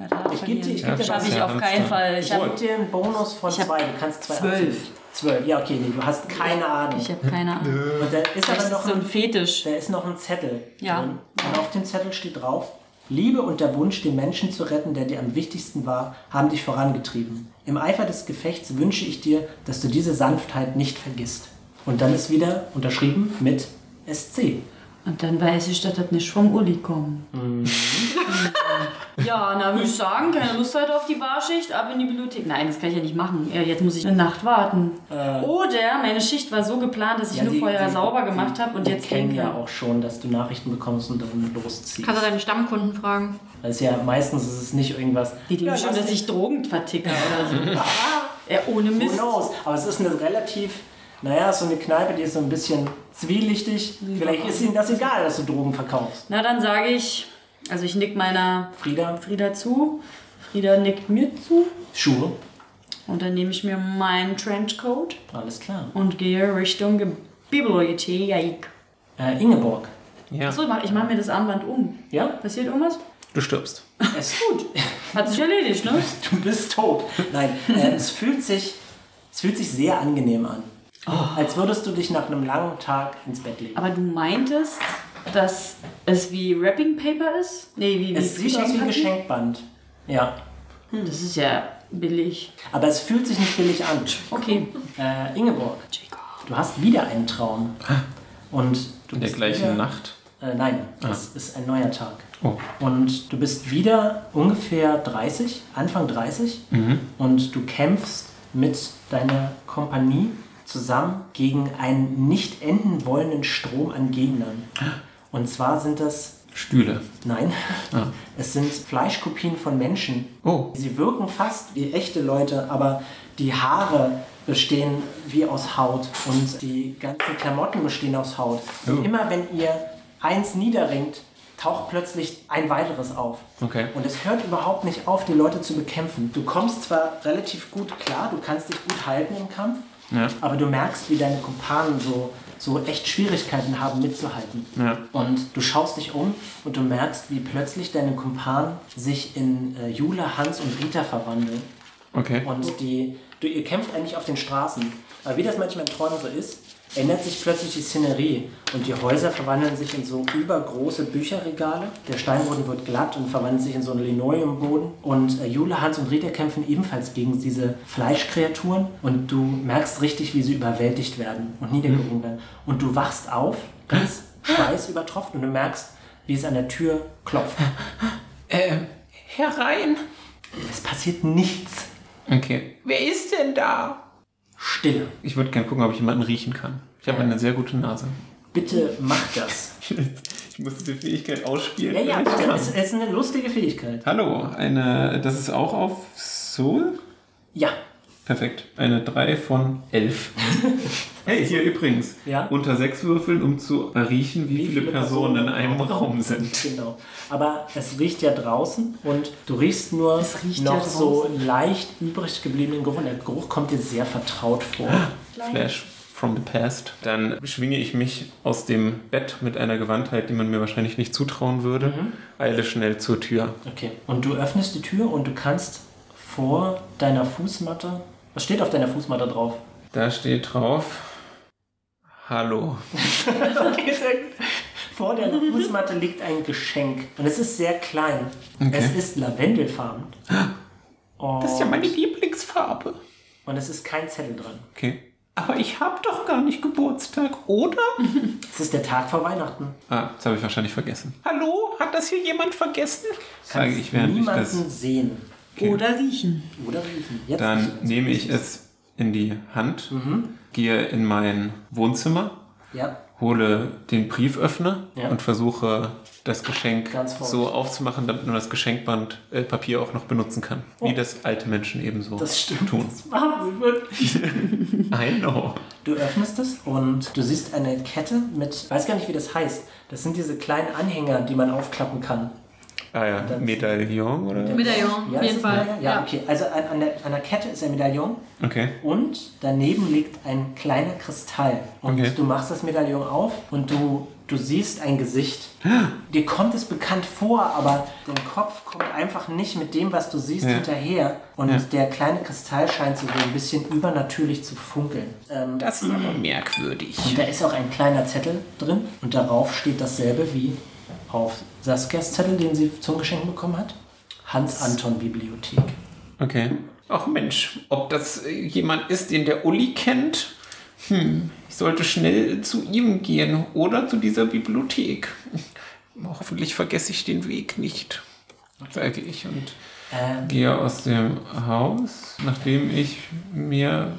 ja, da Ich geb dir, ich verlieren. geb dir, Schaffe ich Ja, auf das keinen dann. Fall. Ich Ich geb habe dir einen Bonus von Ich hab zwei. Du kannst zwei zwölf. abziehen. Zwölf, ja, okay, nee, du hast keine Ahnung. ich hab keine Ahnung. Und da ist aber Das ist noch so ein ein, Fetisch. da ist noch ein Zettel. Ja. Drin. Und auf dem Zettel steht drauf: Liebe und der Wunsch, den Menschen zu retten, der dir am wichtigsten war, haben dich vorangetrieben. Im Eifer des Gefechts wünsche ich dir, dass du diese Sanftheit nicht vergisst. Und dann ist wieder unterschrieben mit SC. Und dann weiß ich, dass das nicht vom Uli kommt. Mhm. ja, na würde ich sagen, keine Lust heute auf die Barschicht, ab in die Bibliothek. Nein, das kann ich ja nicht machen. Ja, jetzt muss ich eine Nacht warten. Oder meine Schicht war so geplant, dass ich nur Äh. die- vorher die- sauber gemacht habe und die jetzt kennen ja denke. auch schon, dass du Nachrichten bekommst und dann losziehst. Kannst du deine Stammkunden fragen? Das ist ja meistens ist es nicht irgendwas. Die denken Ja, schon, lass dass ich Drogen verticke oder Mhm. so. ja, ohne Who Mist. knows? Aber es ist eine relativ, naja, so eine Kneipe, die ist so ein bisschen zwielichtig. Vielleicht ist ihnen das egal, dass du Drogen verkaufst. Na, dann sage ich, also ich nick meiner Frieda, Frieda zu, Frieda nickt mir zu Schuhe, und dann nehme ich mir meinen Trenchcoat alles klar. und gehe Richtung Ge- Bibliothek. Äh, Ingeborg, Also, Achso, ich mache ich mach mir das Armband um. ja, Passiert irgendwas? Du stirbst. es ist gut. Hat sich erledigt, ne? Du bist tot. Nein, äh, es, fühlt sich, es fühlt sich sehr angenehm an. Als würdest du dich nach einem langen Tag ins Bett legen. Aber du meintest, dass es wie Wrapping Paper ist? Nee, wie, wie Es sieht aus wie ein Geschenkpapier? Geschenkband. Ja, Das ist ja billig. aber es fühlt sich nicht billig an. Okay. Äh, Ingeborg, du hast wieder einen Traum. Und du In der bist gleichen wieder, Nacht. Äh, nein, es ist ein neuer Tag. Oh. Und du bist wieder ungefähr 30, Anfang 30. Und du kämpfst mit deiner Kompanie zusammen gegen einen nicht enden wollenden Strom an Gegnern. Und zwar sind das, Stühle. nein, es sind Fleischkopien von Menschen. Ah. Oh. Sie wirken fast wie echte Leute, aber die Haare bestehen wie aus Haut und die ganzen Klamotten bestehen aus Haut. Oh. Und immer wenn ihr eins niederringt, taucht plötzlich ein weiteres auf. Okay. Und es hört überhaupt nicht auf, die Leute zu bekämpfen. Du kommst zwar relativ gut klar, du kannst dich gut halten im Kampf, Ja. aber du merkst, wie deine Kumpanen so, so echt Schwierigkeiten haben, mitzuhalten. Ja. Und du schaust dich um und du merkst, wie plötzlich deine Kumpanen sich in äh, Jule, Hans und Rita verwandeln. Okay. Und die, du, ihr kämpft eigentlich auf den Straßen. Aber wie das manchmal in Träumen so ist, ändert sich plötzlich die Szenerie und die Häuser verwandeln sich in so übergroße Bücherregale. Der Steinboden wird glatt und verwandelt sich in so einen Linoleumboden. Und äh, Jule, Hans und Rita kämpfen ebenfalls gegen diese Fleischkreaturen und du merkst richtig, wie sie überwältigt werden und niedergerungen werden. Und du wachst auf, ganz schweißübertropft und du merkst, wie es an der Tür klopft. Äh, Ähm, herein. Es passiert nichts. Okay. Wer ist denn da? Stille. Ich würde gerne gucken, ob ich jemanden riechen kann. Ich habe eine sehr gute Nase. Bitte mach das. Ich muss diese Fähigkeit ausspielen. Ja, ja, bitte. Es, es ist eine lustige Fähigkeit. Hallo, eine. Das ist auch auf Soul? Ja. Perfekt. Eine 3 von 11. hey, hier übrigens. Ja. Unter sechs Würfeln, um zu riechen, wie, viele, viele Personen, Personen in einem Raum sind. Genau. Aber es riecht ja draußen und du riechst nur riecht noch ja so leicht übrig gebliebenen Geruch. Und der Geruch kommt dir sehr vertraut vor. Flash from the past. Dann schwinge ich mich aus dem Bett mit einer Gewandtheit, die man mir wahrscheinlich nicht zutrauen würde, Mhm. eile schnell zur Tür. Okay. Und du öffnest die Tür und du kannst vor deiner Fußmatte. Was steht auf deiner Fußmatte drauf? Da steht drauf. Hallo. Okay, sehr gut. Vor deiner Fußmatte liegt ein Geschenk. Und es ist sehr klein. Es ist lavendelfarben. Oh, Das ist ja meine Lieblingsfarbe. Und es ist kein Zettel dran. Okay. Aber ich habe doch gar nicht Geburtstag, oder? Es ist der Tag vor Weihnachten. Ah, das habe ich wahrscheinlich vergessen. Hallo? Hat das hier jemand vergessen? Sage ich, während ich Niemanden das. sehen Oder riechen. oder riechen. Jetzt Dann nehme ich es in die Hand, Mhm. gehe in mein Wohnzimmer, Ja. hole den Brieföffner Ja. und versuche das Geschenk Ganz vorsichtig. so aufzumachen, damit man das Geschenkband äh, Papier auch noch benutzen kann, Oh. wie das alte Menschen ebenso Das stimmt. tun. Das machen sie wirklich. I know. Du öffnest es und du siehst eine Kette mit, weiß gar nicht, wie das heißt. Das sind diese kleinen Anhänger, die man aufklappen kann. Ah ja, Medaillon oder? Medaillon, Ja, ist auf jeden das ein Fall. Medaillon? Ja, Ja. okay. Also an, an, der, an der Kette ist ein Medaillon Okay. und daneben liegt ein kleiner Kristall. Und Okay. du machst das Medaillon auf und du, du siehst ein Gesicht. Dir kommt es bekannt vor, aber dein Kopf kommt einfach nicht mit dem, was du siehst, Ja. hinterher. Und Ja. der kleine Kristall scheint so ein bisschen übernatürlich zu funkeln. Ähm, Das ist aber merkwürdig. und da ist auch ein kleiner Zettel drin und darauf steht dasselbe wie auf Saskias Zettel, den sie zum Geschenk bekommen hat. Hans-Anton-Bibliothek. Okay. Ach Mensch, ob das äh, jemand ist, den der Uli kennt? Hm, ich sollte schnell zu ihm gehen oder zu dieser Bibliothek. Hoffentlich vergesse ich den Weg nicht, sage ich und Ähm, Gehe aus dem Haus, nachdem ich mir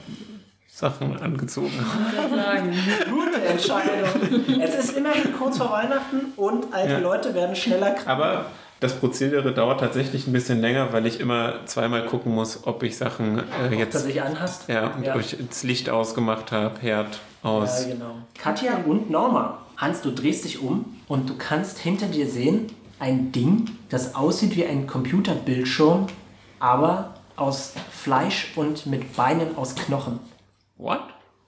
Sachen angezogen habe. gute Entscheidung. es ist immerhin kurz vor Weihnachten und alte Ja. Leute werden schneller krank. Aber das Prozedere dauert tatsächlich ein bisschen länger, weil ich immer zweimal gucken muss, ob ich Sachen äh, Dass jetzt. ich anhast. Ja, und ob ich das Licht ausgemacht habe, Herd Ja, aus. genau. Katja und Norma. Hans, du drehst dich um und du kannst hinter dir sehen ein Ding, das aussieht wie ein Computerbildschirm, aber aus Fleisch und mit Beinen aus Knochen. What?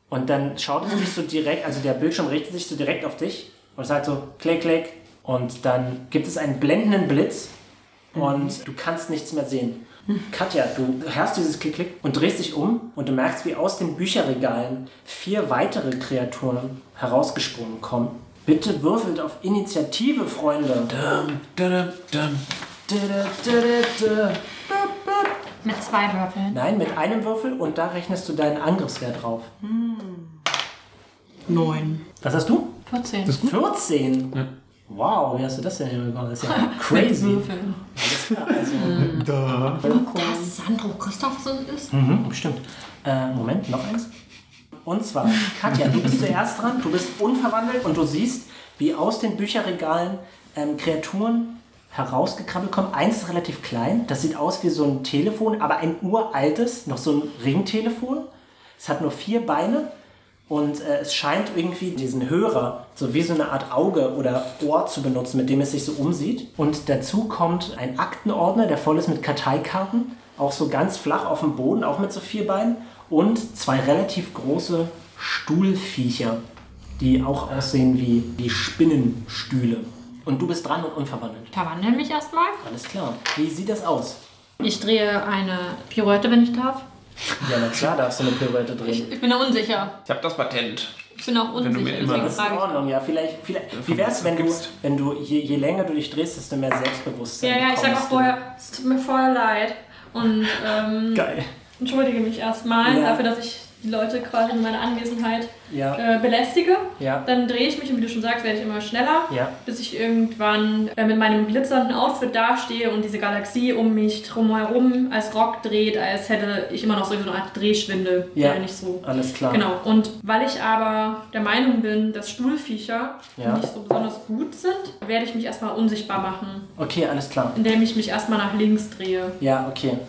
Und dann schaut es sich so direkt, also der Bildschirm richtet sich so direkt auf dich und sagt so klick, klick. Und dann gibt es einen blendenden Blitz und du kannst nichts mehr sehen. Katja, du hörst dieses Klick, klick und drehst dich um und du merkst, wie aus den Bücherregalen vier weitere Kreaturen herausgesprungen kommen. Bitte würfelt auf Initiative, Freunde. Dö, dö, dö, dö. Mit zwei Würfeln. Nein, mit einem Würfel und da rechnest du deinen Angriffswert drauf. Neun. Was hast du? 14. 14? Wow, wie hast du das denn hinbekommen? Das ist ja crazy. also, Würfeln. Was Sandro Christofferson ist? Mhm, stimmt. Äh, Moment, noch eins. Und zwar, Katja, du bist zuerst dran, du bist unverwandelt und du siehst, wie aus den Bücherregalen ähm, Kreaturen herausgekrabbelt kommen. Eins ist relativ klein, das sieht aus wie so ein Telefon, aber ein uraltes, noch so ein Ringtelefon. Es hat nur vier Beine und äh, es scheint irgendwie diesen Hörer so wie so eine Art Auge oder Ohr zu benutzen, mit dem es sich so umsieht. Und dazu kommt ein Aktenordner, der voll ist mit Karteikarten, auch so ganz flach auf dem Boden, auch mit so vier Beinen. Und zwei relativ große Stuhlviecher, die auch aussehen wie die Spinnenstühle. Und du bist dran und unverwandelt. Ich verwandle mich erstmal. Alles klar. Wie sieht das aus? Ich drehe eine Pirouette, wenn ich darf. Ja, na klar, darfst du eine Pirouette drehen. Ich bin da unsicher. Ich habe das Patent. Ich bin auch du mir unsicher. immer- Deswegen Das ist in frage Ordnung, ja. Vielleicht, vielleicht, wie wär's, wenn du, Gibst. wenn du je, je länger du dich drehst, desto mehr ich. Selbstbewusstsein Ja, ja, ich sag auch bekommst du. vorher, es tut mir voll leid. Und ähm, Geil. entschuldige mich erstmal Ja. dafür, dass ich die Leute quasi in meiner Anwesenheit Ja, äh, belästige. ja, Dann drehe ich mich und wie du schon sagst, werde ich immer schneller, ja. bis ich irgendwann äh, mit meinem glitzernden Outfit dastehe und diese Galaxie um mich drumherum als Rock dreht, als hätte ich immer noch so eine Art Drehschwindel. Ja. Wenn ich so Alles klar. Genau, und weil ich aber der Meinung bin, dass Stuhlviecher Ja. nicht so besonders gut sind, werde ich mich erstmal unsichtbar machen, Okay, alles klar. indem ich mich erstmal nach links drehe. Ja, okay.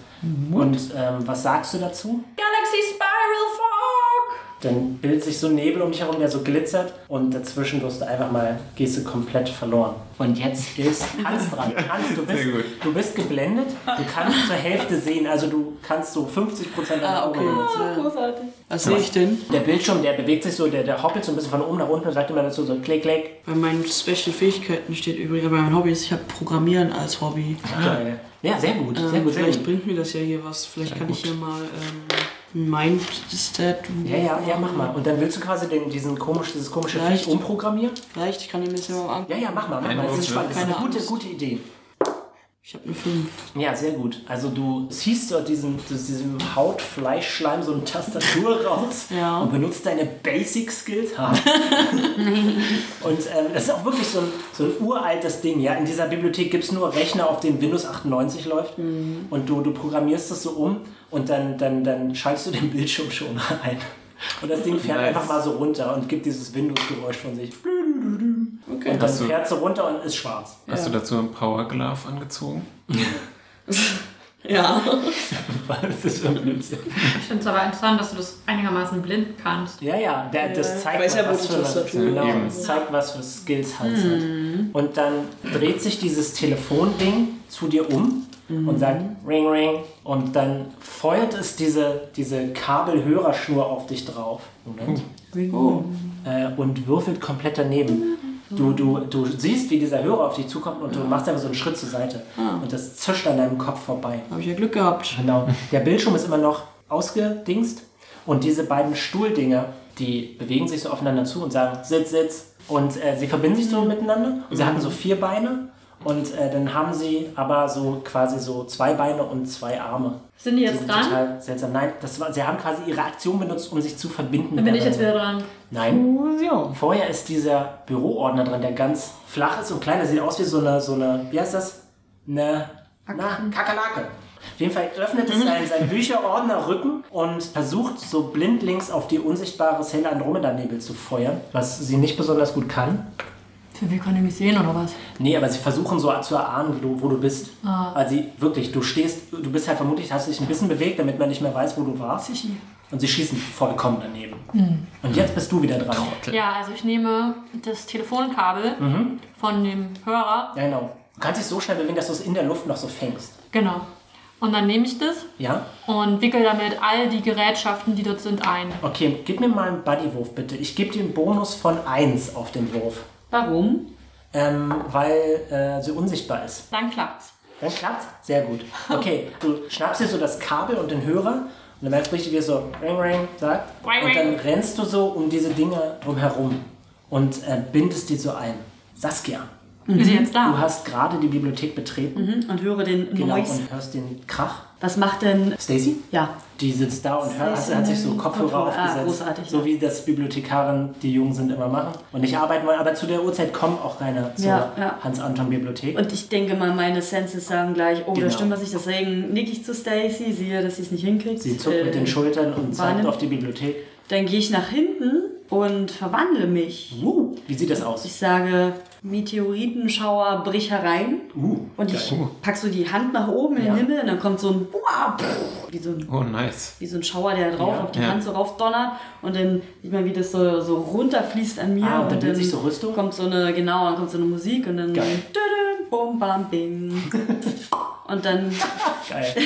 Und ähm, was sagst du dazu? Galaxy Spiral Fog! Dann bildet sich so ein Nebel um dich herum, der so glitzert und dazwischen wirst du einfach mal, gehst du komplett verloren. Und jetzt ist Hans dran. Hans, du bist, Sehr gut. du bist geblendet, du kannst zur Hälfte sehen, also du kannst so 50% deiner Ah, Augen okay. sehen. Großartig. Was sehe ich denn? Der Bildschirm, der bewegt sich so, der, der hoppelt so ein bisschen von oben nach unten und sagt immer dazu so klick, klick. Bei meinen Special-Fähigkeiten steht übrigens, bei meinen Hobbys, ich habe Programmieren als Hobby. Geil. Ja, sehr gut, Ähm, sehr gut. Sehr vielleicht gut. bringt mir das ja hier was. Vielleicht kann ich hier mal ähm, mein Stat. Ja, ja, ja, mach mal. Und dann willst du quasi den, diesen komisch, dieses komische Viech Vielleicht. umprogrammieren? Vielleicht kann ich mir das ja mal angucken. Ja, ja, mach mal, mach Keine mal. Das ist Angst, spannend. Das ist eine keine gute, Angst. gute Idee. Ich habe eine 5. Ja, sehr gut. Also du ziehst dort diesen, aus diesem Hautfleischschleim so eine Tastatur raus Ja. und benutzt deine Basic Skills. Ha. und ähm, das ist auch wirklich so ein, so ein uraltes Ding. Ja? In dieser Bibliothek gibt es nur Rechner, auf denen Windows 98 läuft und du, du programmierst das so um und dann, dann, dann schaltest du den Bildschirm schon mal ein. Und das Ding fährt Nice. einfach mal so runter und gibt dieses Windows-Geräusch von sich. Okay. Und dann du- fährt so runter und ist schwarz. Hast du dazu einen Power Glove angezogen? Ja. das ist schon Blödsinn. Ich finde es aber interessant, dass du das einigermaßen blind kannst. Ja, ja, der, das zeigt, Weiß ja, wo was, die für, Tastatur genau, ist. das zeigt was für Skills Hans hat. Und dann dreht sich dieses Telefonding zu dir um und sagt Ring, Ring. Und dann feuert es diese, diese Kabelhörerschnur auf dich drauf. Moment. Oh. Äh, und würfelt komplett daneben. Du, du, du siehst, wie dieser Hörer auf dich zukommt Ah. und du machst einfach so einen Schritt zur Seite. Und das zischt an deinem Kopf vorbei. Habe ich ja Glück gehabt. Genau. Der Bildschirm ist immer noch ausgedingst und diese beiden Stuhldinger, die bewegen sich so aufeinander zu und sagen Sitz, Sitz. Und äh, sie verbinden sich so miteinander und sie haben so vier Beine und äh, dann haben sie aber so quasi so zwei Beine und zwei Arme. Sind die Die jetzt sind dran? total seltsam. Nein, das war, sie haben quasi ihre Aktion benutzt, um sich zu verbinden. Dann bin ich miteinander. jetzt wieder dran. Nein. Vorher ist dieser Büroordner drin, der ganz flach ist und klein. Der sieht aus wie so eine, so eine wie heißt das? Eine na, Kakerlake. Auf jeden Fall öffnet es seinen, seinen Bücherordnerrücken und versucht so blindlings auf die unsichtbare Szene Andromeda-Nebel zu feuern, was sie nicht besonders gut kann. Für wir können die mich sehen oder was? Nee, aber sie versuchen so zu erahnen, wo du, wo du bist. Also sie, wirklich, du stehst, du bist halt vermutlich, hast dich ein bisschen bewegt, damit man nicht mehr weiß, wo du warst. Und sie schießen vollkommen daneben. Und jetzt bist du wieder dran. Ja, also ich nehme das Telefonkabel Mhm. von dem Hörer. Ja, genau. Du kannst dich so schnell bewegen, dass du es in der Luft noch so fängst. Genau. Und dann nehme ich das Ja? und wickel damit all die Gerätschaften, die dort sind, ein. Okay, gib mir mal einen Buddywurf bitte. Ich gebe dir einen Bonus von 1 auf den Wurf. Warum? Ähm, weil äh, sie unsichtbar ist. Dann klappt's. Dann klappt's? Sehr gut. Okay, du schnappst dir so das Kabel und den Hörer und dann merkst du richtig, wie es so Ring Ring sagt. Ring, Und dann ring. rennst du so um diese Dinger drumherum und äh, bindest die so ein. Saskia, mhm. Wir sind jetzt du da. Mhm. hast gerade die Bibliothek betreten Hm, Und höre den genau, Noise. und hörst den Krach. Was macht denn. Stacy? Ja, Die sitzt da und hört, also hat, hat sich so Kopfhörer Kopfhörer, ah, aufgesetzt. großartig, so ja. wie das Bibliothekarin, die jung sind, immer machen. Und nicht arbeiten wollen. Aber zu der Uhrzeit kommen auch keine zur Ja, ja. Hans-Anton-Bibliothek. und ich denke mal, meine Senses sagen gleich, oh, Genau. da stimmt was nicht. Deswegen nicke ich zu Stacy, sehe, dass sie es nicht hinkriegt. Sie zuckt Äh, mit den Schultern und zeigt wahrnehmen. auf die Bibliothek. Dann gehe ich nach hinten und verwandle mich. Uh, wie sieht das aus? Ich sage, Meteoritenschauer, brich herein. Uh, und ich pack so die Hand nach oben in Ja. den Himmel und dann kommt so ein Boah, pff, wie so ein Oh, nice. wie so ein Schauer, der drauf Ja. auf die Ja. Hand so raufdonnert und dann sieht man, wie das so, so runterfließt an mir. Ah, und dann bildet sich so Rüstung? Kommt so eine, genau, dann kommt so eine Musik und dann Geil. tüdüm, bum, bam, bing. und dann Geil.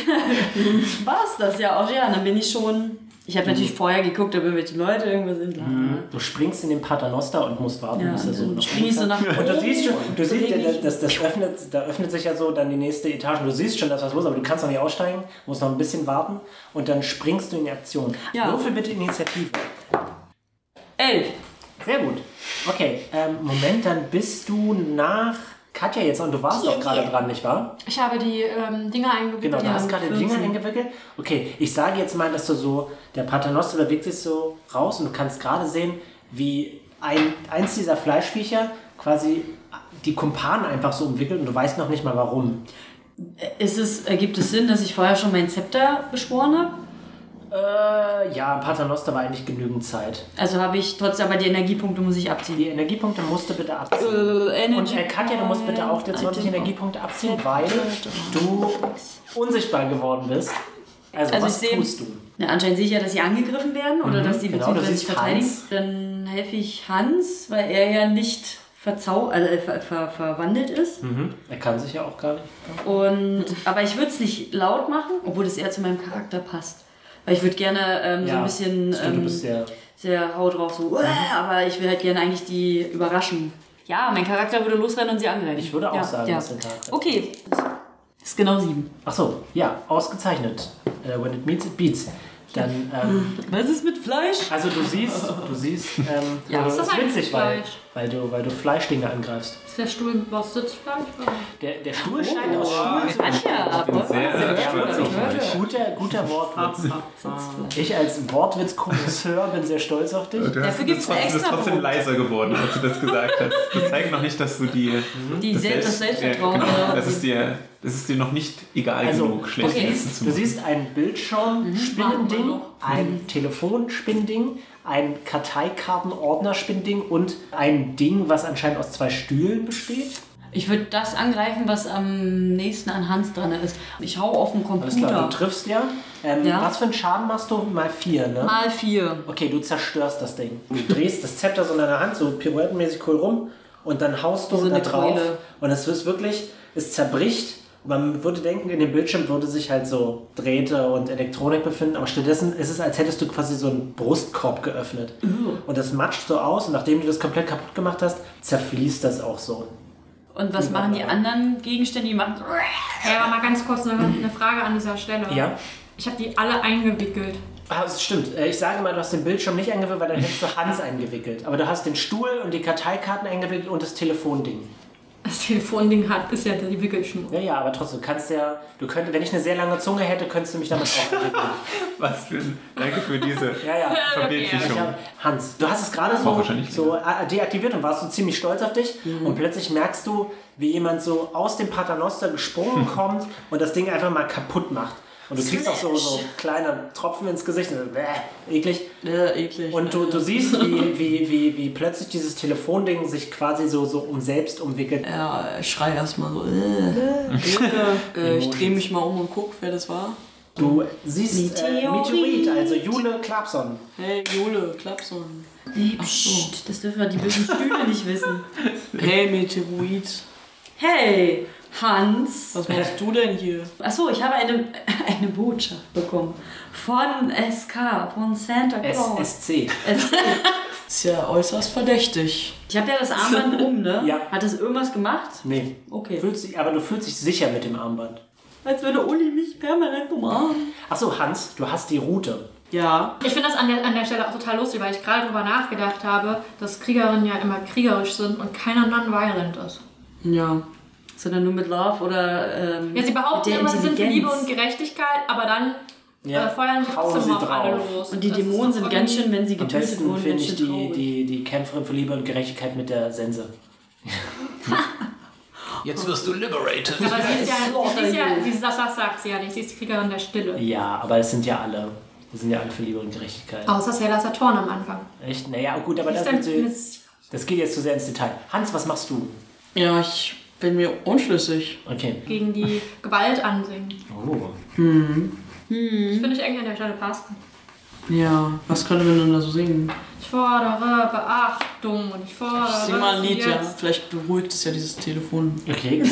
war's das ja auch. Ja, und dann bin ich schon, ich habe Mhm. natürlich vorher geguckt, ob irgendwelche Leute irgendwo sind. Klar, ne? Du springst in den Paternoster und musst warten, Ja, bis er so dann nach spring ich so nach Und du siehst schon, du siehst, beweg ja, mich. das, das öffnet, da öffnet sich ja so dann die nächste Etage. Du siehst schon, dass was los ist, aber du kannst noch nicht aussteigen, musst noch ein bisschen warten und dann springst du in die Aktion. Ja. Würfel bitte Initiative. Elf. Sehr gut. Okay, ähm, Moment, dann bist du nach Katja jetzt und du warst doch gerade dran, nicht wahr? Ich habe die ähm, Dinger eingewickelt. Genau, du hast gerade die Dinger 14. hingewickelt. Okay, ich sage jetzt mal, dass du so, der Paternoster bewegt sich so raus und du kannst gerade sehen, wie ein, eins dieser Fleischviecher quasi die Kumpanen einfach so umwickelt und du weißt noch nicht mal warum. Ist es, ergibt es Sinn, dass ich vorher schon mein Zepter beschworen habe? Äh, ja, Paternoster war eigentlich genügend Zeit. Also habe ich trotzdem, aber die Energiepunkte muss ich Die abziehen. Energiepunkte musst du bitte abziehen. Und äh, Katja, du musst bitte auch die Äh, 20 Energiepunkte abziehen, weil du unsichtbar geworden bist. Also, Also was ich sehe- tust du? Na, anscheinend sehe ich ja, dass sie angegriffen werden oder dass sie genau, beziehungsweise das sich ist verteidigen. Hans. Dann helfe ich Hans, weil er ja nicht verzau also, äh, ver ver verwandelt ist. Er kann sich ja auch gar nicht. Und, aber ich würde es nicht laut machen, obwohl das eher zu meinem Charakter passt. Weil ich würde gerne ähm, so Ja, ein bisschen Du, du ähm, bist Mhm. ja. sehr hau drauf, so, "Uah", aber ich will halt gerne eigentlich die überraschen. Ja, mein Charakter würde losrennen und sie angreifen. Ich würde auch ja, sagen, ja. dass dein Charakter- Okay. Ist genau sieben. Achso, ja, ausgezeichnet. Äh, when it meets, it beats. Dann, ähm, Was ist mit Fleisch? also du siehst, du siehst, ähm, Ja, das ist ist eigentlich witzig, weil Fleisch? weil du, weil du Fleischdinge angreifst. Ist der Stuhl aus Sitzfleisch? oder? Der, der Stuhl scheint aus Schuhen zu Oh. Anja, aber sehr, sehr stolz auf euch. Guter, guter Wortwitz. Ich als Wortwitz-Kommissar bin sehr stolz auf dich. Dafür gibt's einen Du bist extra trotzdem Punkt. leiser geworden, als du das gesagt hast. Das zeigt noch nicht, dass du die, Die selbst, das Selbstvertrauen. Ja, genau. oder das, ist dir, das ist dir noch nicht egal Also, genug, schlecht okay. Essen zu Du machen. siehst ein Mhm. Bildschirm-Spinnending, ein Telefon-Spinnending, ein Karteikarten-Ordner-Spinnending und ein Ding, was anscheinend aus zwei Stühlen besteht. Ich würde das angreifen, was am nächsten an Hans dran ist. Ich hau auf den Alles klar, Computer. du triffst ja. Ähm, Ja. Was für einen Schaden machst du? Mal vier, ne? Mal vier. Okay, du zerstörst das Ding. Du drehst das Zepter so in deiner Hand, so pirouettenmäßig cool rum und dann haust du So da eine drauf. Keule. Und es ist wirklich, es zerbricht. Man würde denken, in dem Bildschirm würde sich halt so Drähte und Elektronik befinden, aber stattdessen ist es, als hättest du quasi so einen Brustkorb geöffnet. Und das matscht so aus und nachdem du das komplett kaputt gemacht hast, zerfließt das auch so. Und was machen die anderen Gegenstände? Die machen. äh, Ja, aber mal ganz kurz eine, eine Frage an dieser Stelle. Ja. Ich habe die alle eingewickelt. Ah, das stimmt. Äh, Ich sage mal, du hast den Bildschirm nicht eingewickelt, weil dann hättest du Hans eingewickelt. Aber du hast den Stuhl und die Karteikarten eingewickelt und das Telefonding. Das Telefonding hat ist ja die Wickelschnur. Ja, ja, aber trotzdem, du kannst ja, du könntest, wenn ich eine sehr lange Zunge hätte, könntest du mich damit auch bewegen. Was für ein, danke für diese Ja, ja. Ich Verbildlichung. hab, Hans, du hast es gerade War so, wahrscheinlich so äh, deaktiviert und warst so ziemlich stolz auf dich und plötzlich merkst du, wie jemand so aus dem Paternoster gesprungen kommt und das Ding einfach mal kaputt macht. Und du kriegst auch so, so kleine Tropfen ins Gesicht, und, bäh, eklig. Ja, eklig. Und du, du siehst, wie, wie, wie, wie plötzlich dieses Telefonding sich quasi so, so um selbst umwickelt. Ja, ich schrei erstmal so. Äh, äh, äh, ich drehe mich mal um und guck, wer das war. Du siehst äh, Meteorit, Meteorit. also Jule Klapson. Hey, Jule, Klapson. Nee, pst, das dürfen wir die bösen Stühle nicht wissen. Hey, Meteorit. Hey, Hans. Was machst du denn hier? Achso, ich habe eine, eine Botschaft bekommen. Von SK, von Santa Oh. Claus. SSC. Ist ja äußerst verdächtig. Ich habe ja das Armband um, ne? Ja. Hat das irgendwas gemacht? Nee. Okay. Fühlst dich, aber du fühlst dich sicher mit dem Armband. Als würde Uli mich permanent umarmen. Achso, Hans, du hast die Route. Ja. Ich finde das an der, an der Stelle auch total lustig, weil ich gerade darüber nachgedacht habe, dass Kriegerinnen ja immer kriegerisch sind und keiner non-violent ist. Ja. Sondern nur mit Love oder. Ähm, Ja, sie behaupten mit der immer, sie sind für Liebe Intelligenz. und Gerechtigkeit, aber dann Ja, äh, feuern sie hauen trotzdem sie auf alle drauf. los. Und die Das ist Dämonen doch sind ganz irgendwie- schön, wenn sie Am getötet besten wurden, finde ganz ich schön die, traurig. die, die Kämpferin für Liebe und Gerechtigkeit mit der Sense. Jetzt wirst du liberated. Aber sie ist ja, sie ist ja, sie ist, das, das sagt sie ja nicht, sie ist die Kriegerin der Stille. Ja, aber es sind ja alle. Wir sind ja alle für Liebe und Gerechtigkeit. Außer Sailor Saturn am Anfang. Echt? Naja, gut, aber Sie das, ist ein Miss. das geht jetzt zu sehr ins Detail. Hans, was machst du? Ja, ich bin mir unschlüssig. Okay. gegen die Gewalt Mhm. ansingen. Oh. Das finde ich eigentlich an der Stelle passend. Ja. Was können wir denn da so singen? Ich fordere Beachtung und ich fordere. Ich sing mal ein sie Lied, ja. Ah, jetzt. Vielleicht beruhigt es ja dieses Telefon. Okay.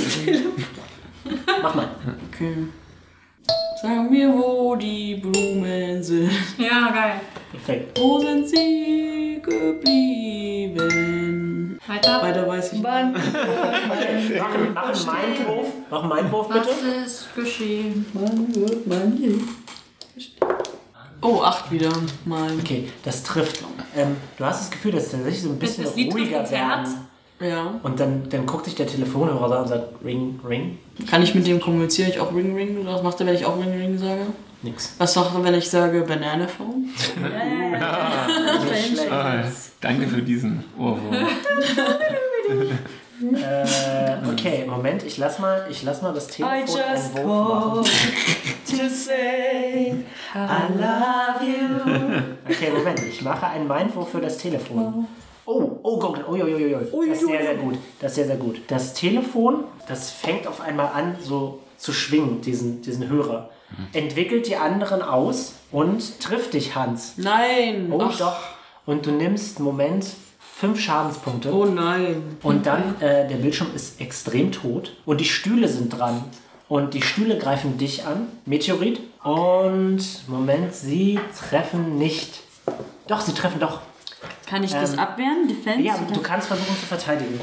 Mach mal. Okay. Sag mir, wo die Blumen sind. Ja, geil. Perfekt. Wo sind sie geblieben? Weiter. Weiter weiß ich nicht. Mach, mach einen Meinwurf. Mach einen Meinwurf, bitte. Was ist geschehen? Oh, acht wieder mal. Okay, das trifft. Ähm, du hast das Gefühl, dass es tatsächlich so ein bisschen das Lied trifft ruhiger ins Herz. werden. Ja. Und dann, dann guckt sich der Telefonhörer an und sagt Ring, Ring. Kann ich mit dem kommunizieren? Ich auch Ring Ring? Was macht er, wenn ich auch Ring Ring sage? Nix. Was macht er, wenn ich sage Banana Phone? Schlecht. Ah, danke für diesen Ohrwurm. Äh, okay, Moment, ich lass mal, ich lass mal das Telefon I just einen Wurf machen. called to say I love you. Okay, Moment, ich mache einen Mindwurf für das Telefon. Oh, oh Gott, oh, oh, oh, oh, oh. Das ist sehr, sehr gut. Das ist sehr, sehr gut. Das Telefon, das fängt auf einmal an, so zu schwingen, diesen, diesen Hörer. Entwickelt die anderen aus und trifft dich, Hans. Nein! Oh Ach, doch. Und du nimmst, Moment, fünf Schadenspunkte. Oh nein. Und dann, äh, der Bildschirm ist extrem tot und die Stühle sind dran. Und die Stühle greifen dich an, Meteorit. Und Moment, sie treffen nicht. Doch, sie treffen doch. Kann ich das abwehren? Defense? Ähm, Ja, du kannst versuchen zu verteidigen.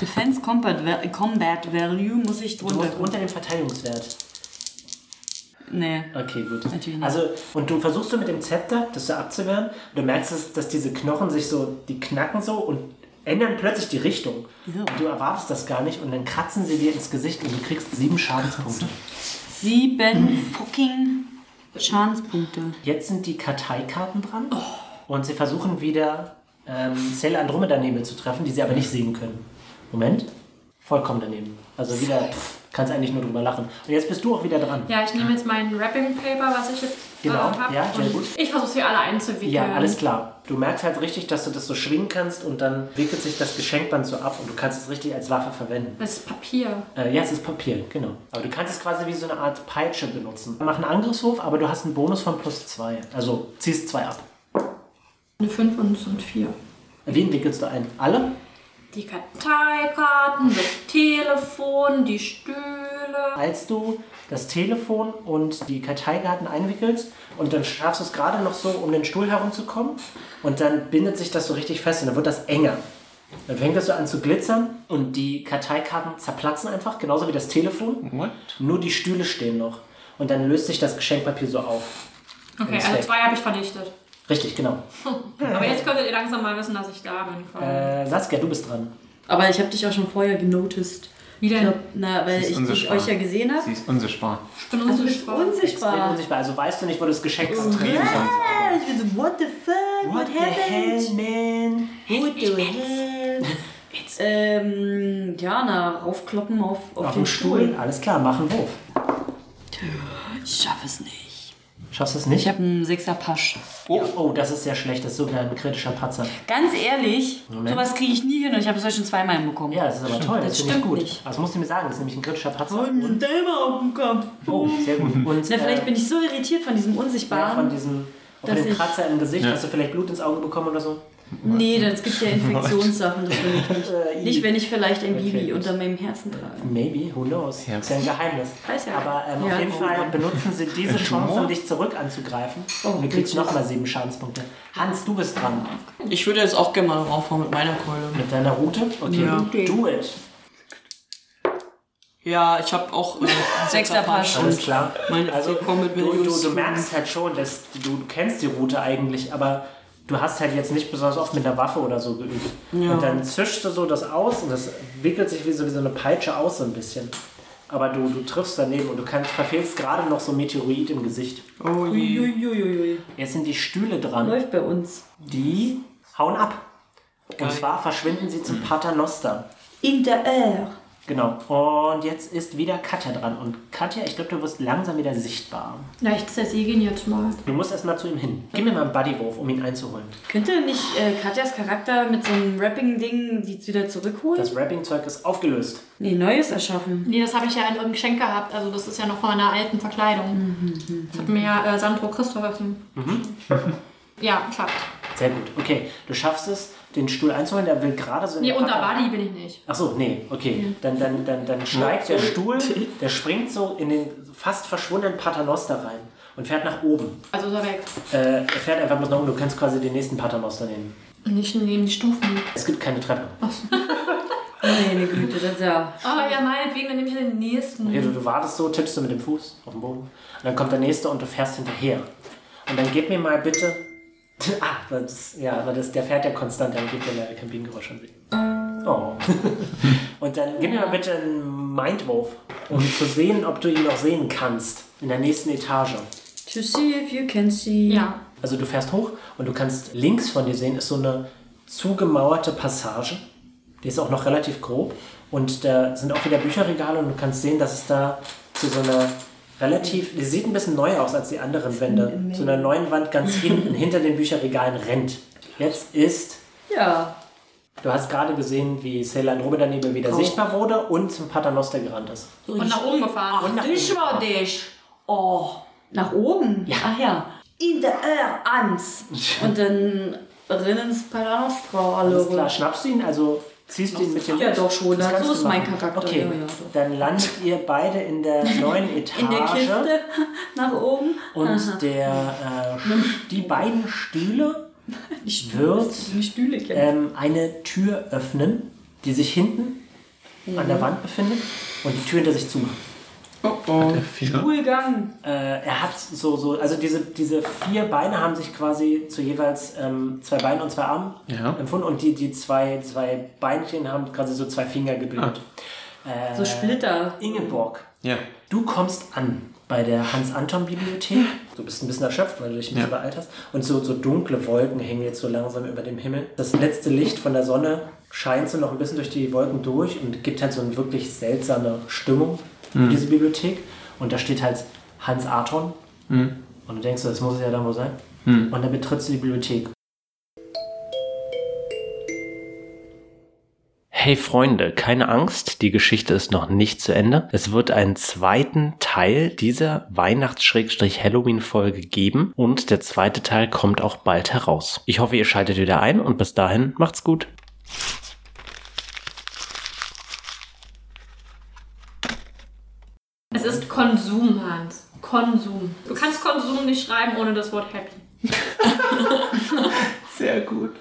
Defense Combat, Va- Combat Value muss ich Du musst drunter. unter dem Verteidigungswert. Nee. Okay, gut. Natürlich nicht. Also, und du versuchst so mit dem Zepter, das so abzuwehren. Du merkst, dass, dass diese Knochen sich so, die knacken so und ändern plötzlich die Richtung. Und du erwartest das gar nicht und dann kratzen sie dir ins Gesicht und du kriegst sieben Schadenspunkte. Sieben fucking Schadenspunkte. Jetzt sind die Karteikarten dran und sie versuchen wieder ähm, Sailor Andromeda Nebel zu treffen, die sie aber nicht sehen können. Moment. Vollkommen daneben. Also wieder pff, kannst eigentlich nur drüber lachen. Und jetzt bist du auch wieder dran. Ja, ich nehme jetzt mein Wrapping Paper, was ich jetzt Genau. habe. Ja, sehr gut. Ich versuche sie alle einzuwickeln. Ja, alles klar. Du merkst halt richtig, dass du das so schwingen kannst und dann wickelt sich das Geschenkband so ab und du kannst es richtig als Waffe verwenden. Das ist Papier. Äh, ja, es ist Papier, genau. Aber du kannst es quasi wie so eine Art Peitsche benutzen. Mach einen Angriffswurf, aber du hast einen Bonus von plus zwei. Also ziehst zwei ab. Eine 5 und es sind 4. Wen wickelst du ein? Alle? Die Karteikarten, das Telefon, die Stühle. Als du das Telefon und die Karteikarten einwickelst und dann schaffst du es gerade noch so, um den Stuhl herumzukommen und dann bindet sich das so richtig fest und dann wird das enger. Dann fängt das so an zu glitzern und die Karteikarten zerplatzen einfach, genauso wie das Telefon. What? Nur die Stühle stehen noch. Und dann löst sich das Geschenkpapier so auf. Okay, Und also weg. zwei habe ich vernichtet. Richtig, genau. Aber jetzt könntet ihr langsam mal wissen, dass ich da bin. quasi. Äh, Saskia, du bist dran. Aber ich habe dich auch schon vorher genoticed. Wie Ich denn? glaub, na, weil ist ich, ich unsichtbar. euch ja gesehen habe. Sie ist unsichtbar. Ich bin unsichtbar. Extrem Unsichtbar. unsichtbar. Also weißt du nicht, wo das Geschenk ist. Ich bin so, what the fuck? Oh, What, happened? man? What the hell? Ähm, ja, na, raufkloppen auf, auf, Auf dem Stuhl. Alles klar, mach einen Wurf. Ich schaffe es nicht. Schaffst du es nicht? Ich habe einen Sechser Pasch. Oh. oh, das ist sehr schlecht. Das ist sogar ein kritischer Patzer. Ganz ehrlich, Moment. sowas kriege ich nie hin und ich habe es heute schon zweimal hinbekommen. Ja, das ist aber toll. Das, Das finde ich stimmt gut. nicht. Was musst du mir sagen? Das ist nämlich ein kritischer Patzer. Und Dämmer auf dem Kopf. Oh, sehr gut. Und Na, vielleicht äh, bin ich so irritiert von diesem ja, von Unsichtbaren. diesem von dass dem ich- Kratzer im Gesicht hast du vielleicht Blut ins Auge bekommen oder so. nee, dann es gibt ja Infektionssachen, das will ich nicht. Äh, Nicht, wenn ich vielleicht ein Okay, Bibi gut. unter meinem Herzen trage. Maybe, who knows? Ja. Ist ja ein Geheimnis. Weiß ja. Aber ähm, Ja. auf jeden Oh. Fall benutzen sie diese Chance, um dich zurück anzugreifen. Und du kriegst bitches. nochmal sieben Schadenspunkte. Hans, du bist dran. Ich würde jetzt auch gerne mal raufhauen mit meiner Keule. Mit deiner Route? Okay, Ja. do it. Ja, ich habe auch äh, Sechser Pasch. Alles klar. Meine Also Ziel kommt mit du, du, du Videos. merkst halt schon, dass du, du kennst die Route eigentlich, aber du hast halt jetzt nicht besonders oft mit der Waffe oder so geübt. Und dann zischst du so das aus und das wickelt sich wie so, wie so eine Peitsche aus so ein bisschen. Aber du, du triffst daneben und du kannst, verfehlst gerade noch so ein Meteorit im Gesicht. Oh je. Uiuiuiui. Jetzt sind die Stühle dran. Läuft bei uns. Die hauen ab. Und zwar verschwinden sie zum Paternoster. In der Air. Genau. Und jetzt ist wieder Katja dran. Und Katja, ich glaube, du wirst langsam wieder sichtbar. Vielleicht zersäge ihn jetzt mal. Du musst erstmal zu ihm hin. Gib mir mal einen Buddywurf, um ihn einzuholen. Könnte nicht äh, Katjas Charakter mit so einem Rapping-Ding die wieder zurückholen? Das Wrapping-Zeug ist aufgelöst. nee, Neues erschaffen. Nee, das habe ich ja in irgendeinem Geschenk gehabt. Also das ist ja noch von meiner alten Verkleidung. Das hat mir ja äh, Sandro Christophersen. ja, klappt. Sehr gut. Okay, du schaffst es, den Stuhl einzuholen. Der will gerade so. in Nee, den unter Pater- Buddy bin ich nicht. Ach so, nee, okay. Dann, dann, dann, dann steigt der Stuhl, der springt so in den fast verschwundenen Paternoster rein und fährt nach oben. Also ist er weg. Äh, er fährt einfach bloß nach oben. Du kannst quasi den nächsten Paternoster nehmen. Und ich nehme die Stufen. Es gibt keine Treppe. Meine Güte, das ist ja. Oh ja, meinetwegen, dann nehme ich den nächsten. Okay, du, du wartest so, tippst du mit dem Fuß auf den Boden. Und dann kommt der nächste und du fährst hinterher. Und dann gib mir mal bitte. Ah, das, ja, aber das, der fährt ja konstant, dann gibt er leider kein Bienengeräusch an sich. Oh. und dann gib mir mal bitte einen Mindwurf, um zu sehen, ob du ihn noch sehen kannst. In der nächsten Etage. To see if you can see. Ja. Also du fährst hoch und du kannst links von dir sehen, ist so eine zugemauerte Passage. Die ist auch noch relativ grob. Und da sind auch wieder Bücherregale und du kannst sehen, dass es da zu so einer relativ, die sieht ein bisschen neu aus als die anderen Wände, zu einer neuen Wand ganz hinten, hinter den Bücherregalen rennt. Jetzt ist, Ja. du hast gerade gesehen, wie Sailor Andromeda Nebel wieder sichtbar wurde und zum Paternoster gerannt ist. Und nach oben gefahren. nach- Ich war dich. Oh. Nach oben? Ja. Ach ja. In der Air, ans. Und dann rennen ins Paranostra alle Alles klar, runter. schnappst du ihn, also ziehst du ihn mit dem Ja, doch schon. Das Na, kannst so du ist mein machen. Charakter. Okay, Ja, ja, doch. dann landet ihr beide in der neuen Etage. In der Kiste nach oben. Und der, äh, die beiden Stühle wird Die Stühle kennen. ähm, eine Tür Mhm. öffnen, die sich hinten an der Wand befindet und die Tür hinter sich zumacht. Oh, oh. Schulgang. Äh, er hat so, so, also diese, diese vier Beine haben sich quasi zu jeweils ähm, zwei Beinen und zwei Armen Ja. empfunden und die, die zwei, zwei Beinchen haben quasi so zwei Finger gebildet. So Splitter. Also Ingeborg, Ja. du kommst an bei der Hans-Anton-Bibliothek. Du bist ein bisschen erschöpft, weil du dich ein bisschen Ja. beeilt hast. Und so, so dunkle Wolken hängen jetzt so langsam über dem Himmel. Das letzte Licht von der Sonne scheint so noch ein bisschen durch die Wolken durch und gibt halt so eine wirklich seltsame Stimmung in diese Bibliothek. Und da steht halt Hans Anton. Und du denkst, so, das muss es ja dann wohl sein. Und dann betrittst du die Bibliothek. Hey Freunde, keine Angst, die Geschichte ist noch nicht zu Ende. Es wird einen zweiten Teil dieser Weihnachts-Halloween-Folge geben und der zweite Teil kommt auch bald heraus. Ich hoffe, ihr schaltet wieder ein und bis dahin macht's gut. Es ist Konsum, Hans. Konsum. Du kannst Konsum nicht schreiben ohne das Wort happy. Sehr gut.